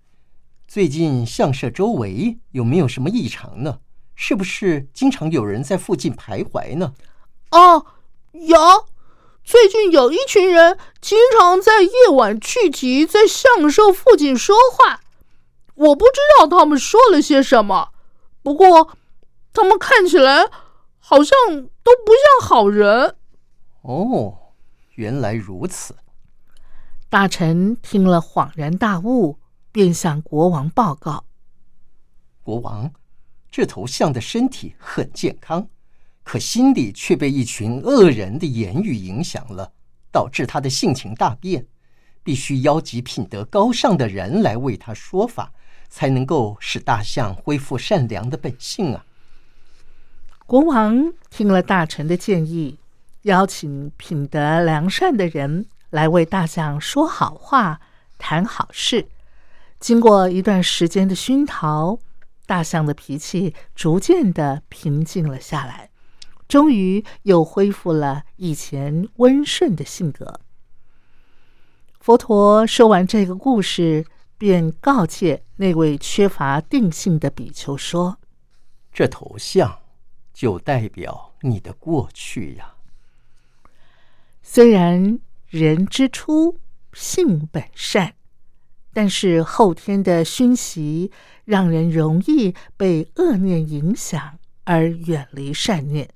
E: 最近象舍周围有没有什么异常呢？是不是经常有人在附近徘徊呢？：“
D: 哦，有，最近有一群人经常在夜晚聚集在象舍附近说话，我不知道他们说了些什么，不过他们看起来好像都不像好人。”
E: 哦，原来如此。
D: 大臣听了恍然大悟，便向国王报告。
E: 国王，这头象的身体很健康，可心里却被一群恶人的言语影响了，导致他的性情大变。必须邀集品德高尚的人来为他说法，才能够使大象恢复善良的本性啊！
D: 国王听了大臣的建议，邀请品德良善的人来为大象说好话、谈好事。经过一段时间的熏陶，大象的脾气逐渐的平静了下来，终于又恢复了以前温顺的性格。佛陀说完这个故事，便告诫那位缺乏定性的比丘说：“
E: 这头象就代表你的过去呀、
D: 虽然人之初性本善，但是后天的熏习让人容易被恶念影响而远离善念。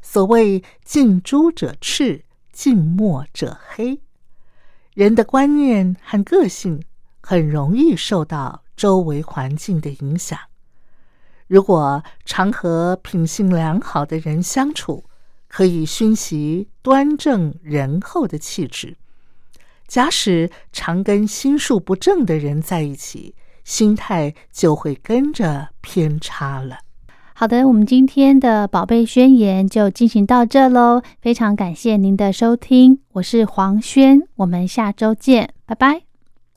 D: 所谓“近朱者赤，近墨者黑”，人的观念和个性很容易受到周围环境的影响。如果常和品性良好的人相处，可以熏习端正仁厚的气质。假使常跟心术不正的人在一起，心态就会跟着偏差了。
B: 好的，我们今天的宝贝宣言就进行到这喽，非常感谢您的收听，我是黄轩，我们下周见，拜拜。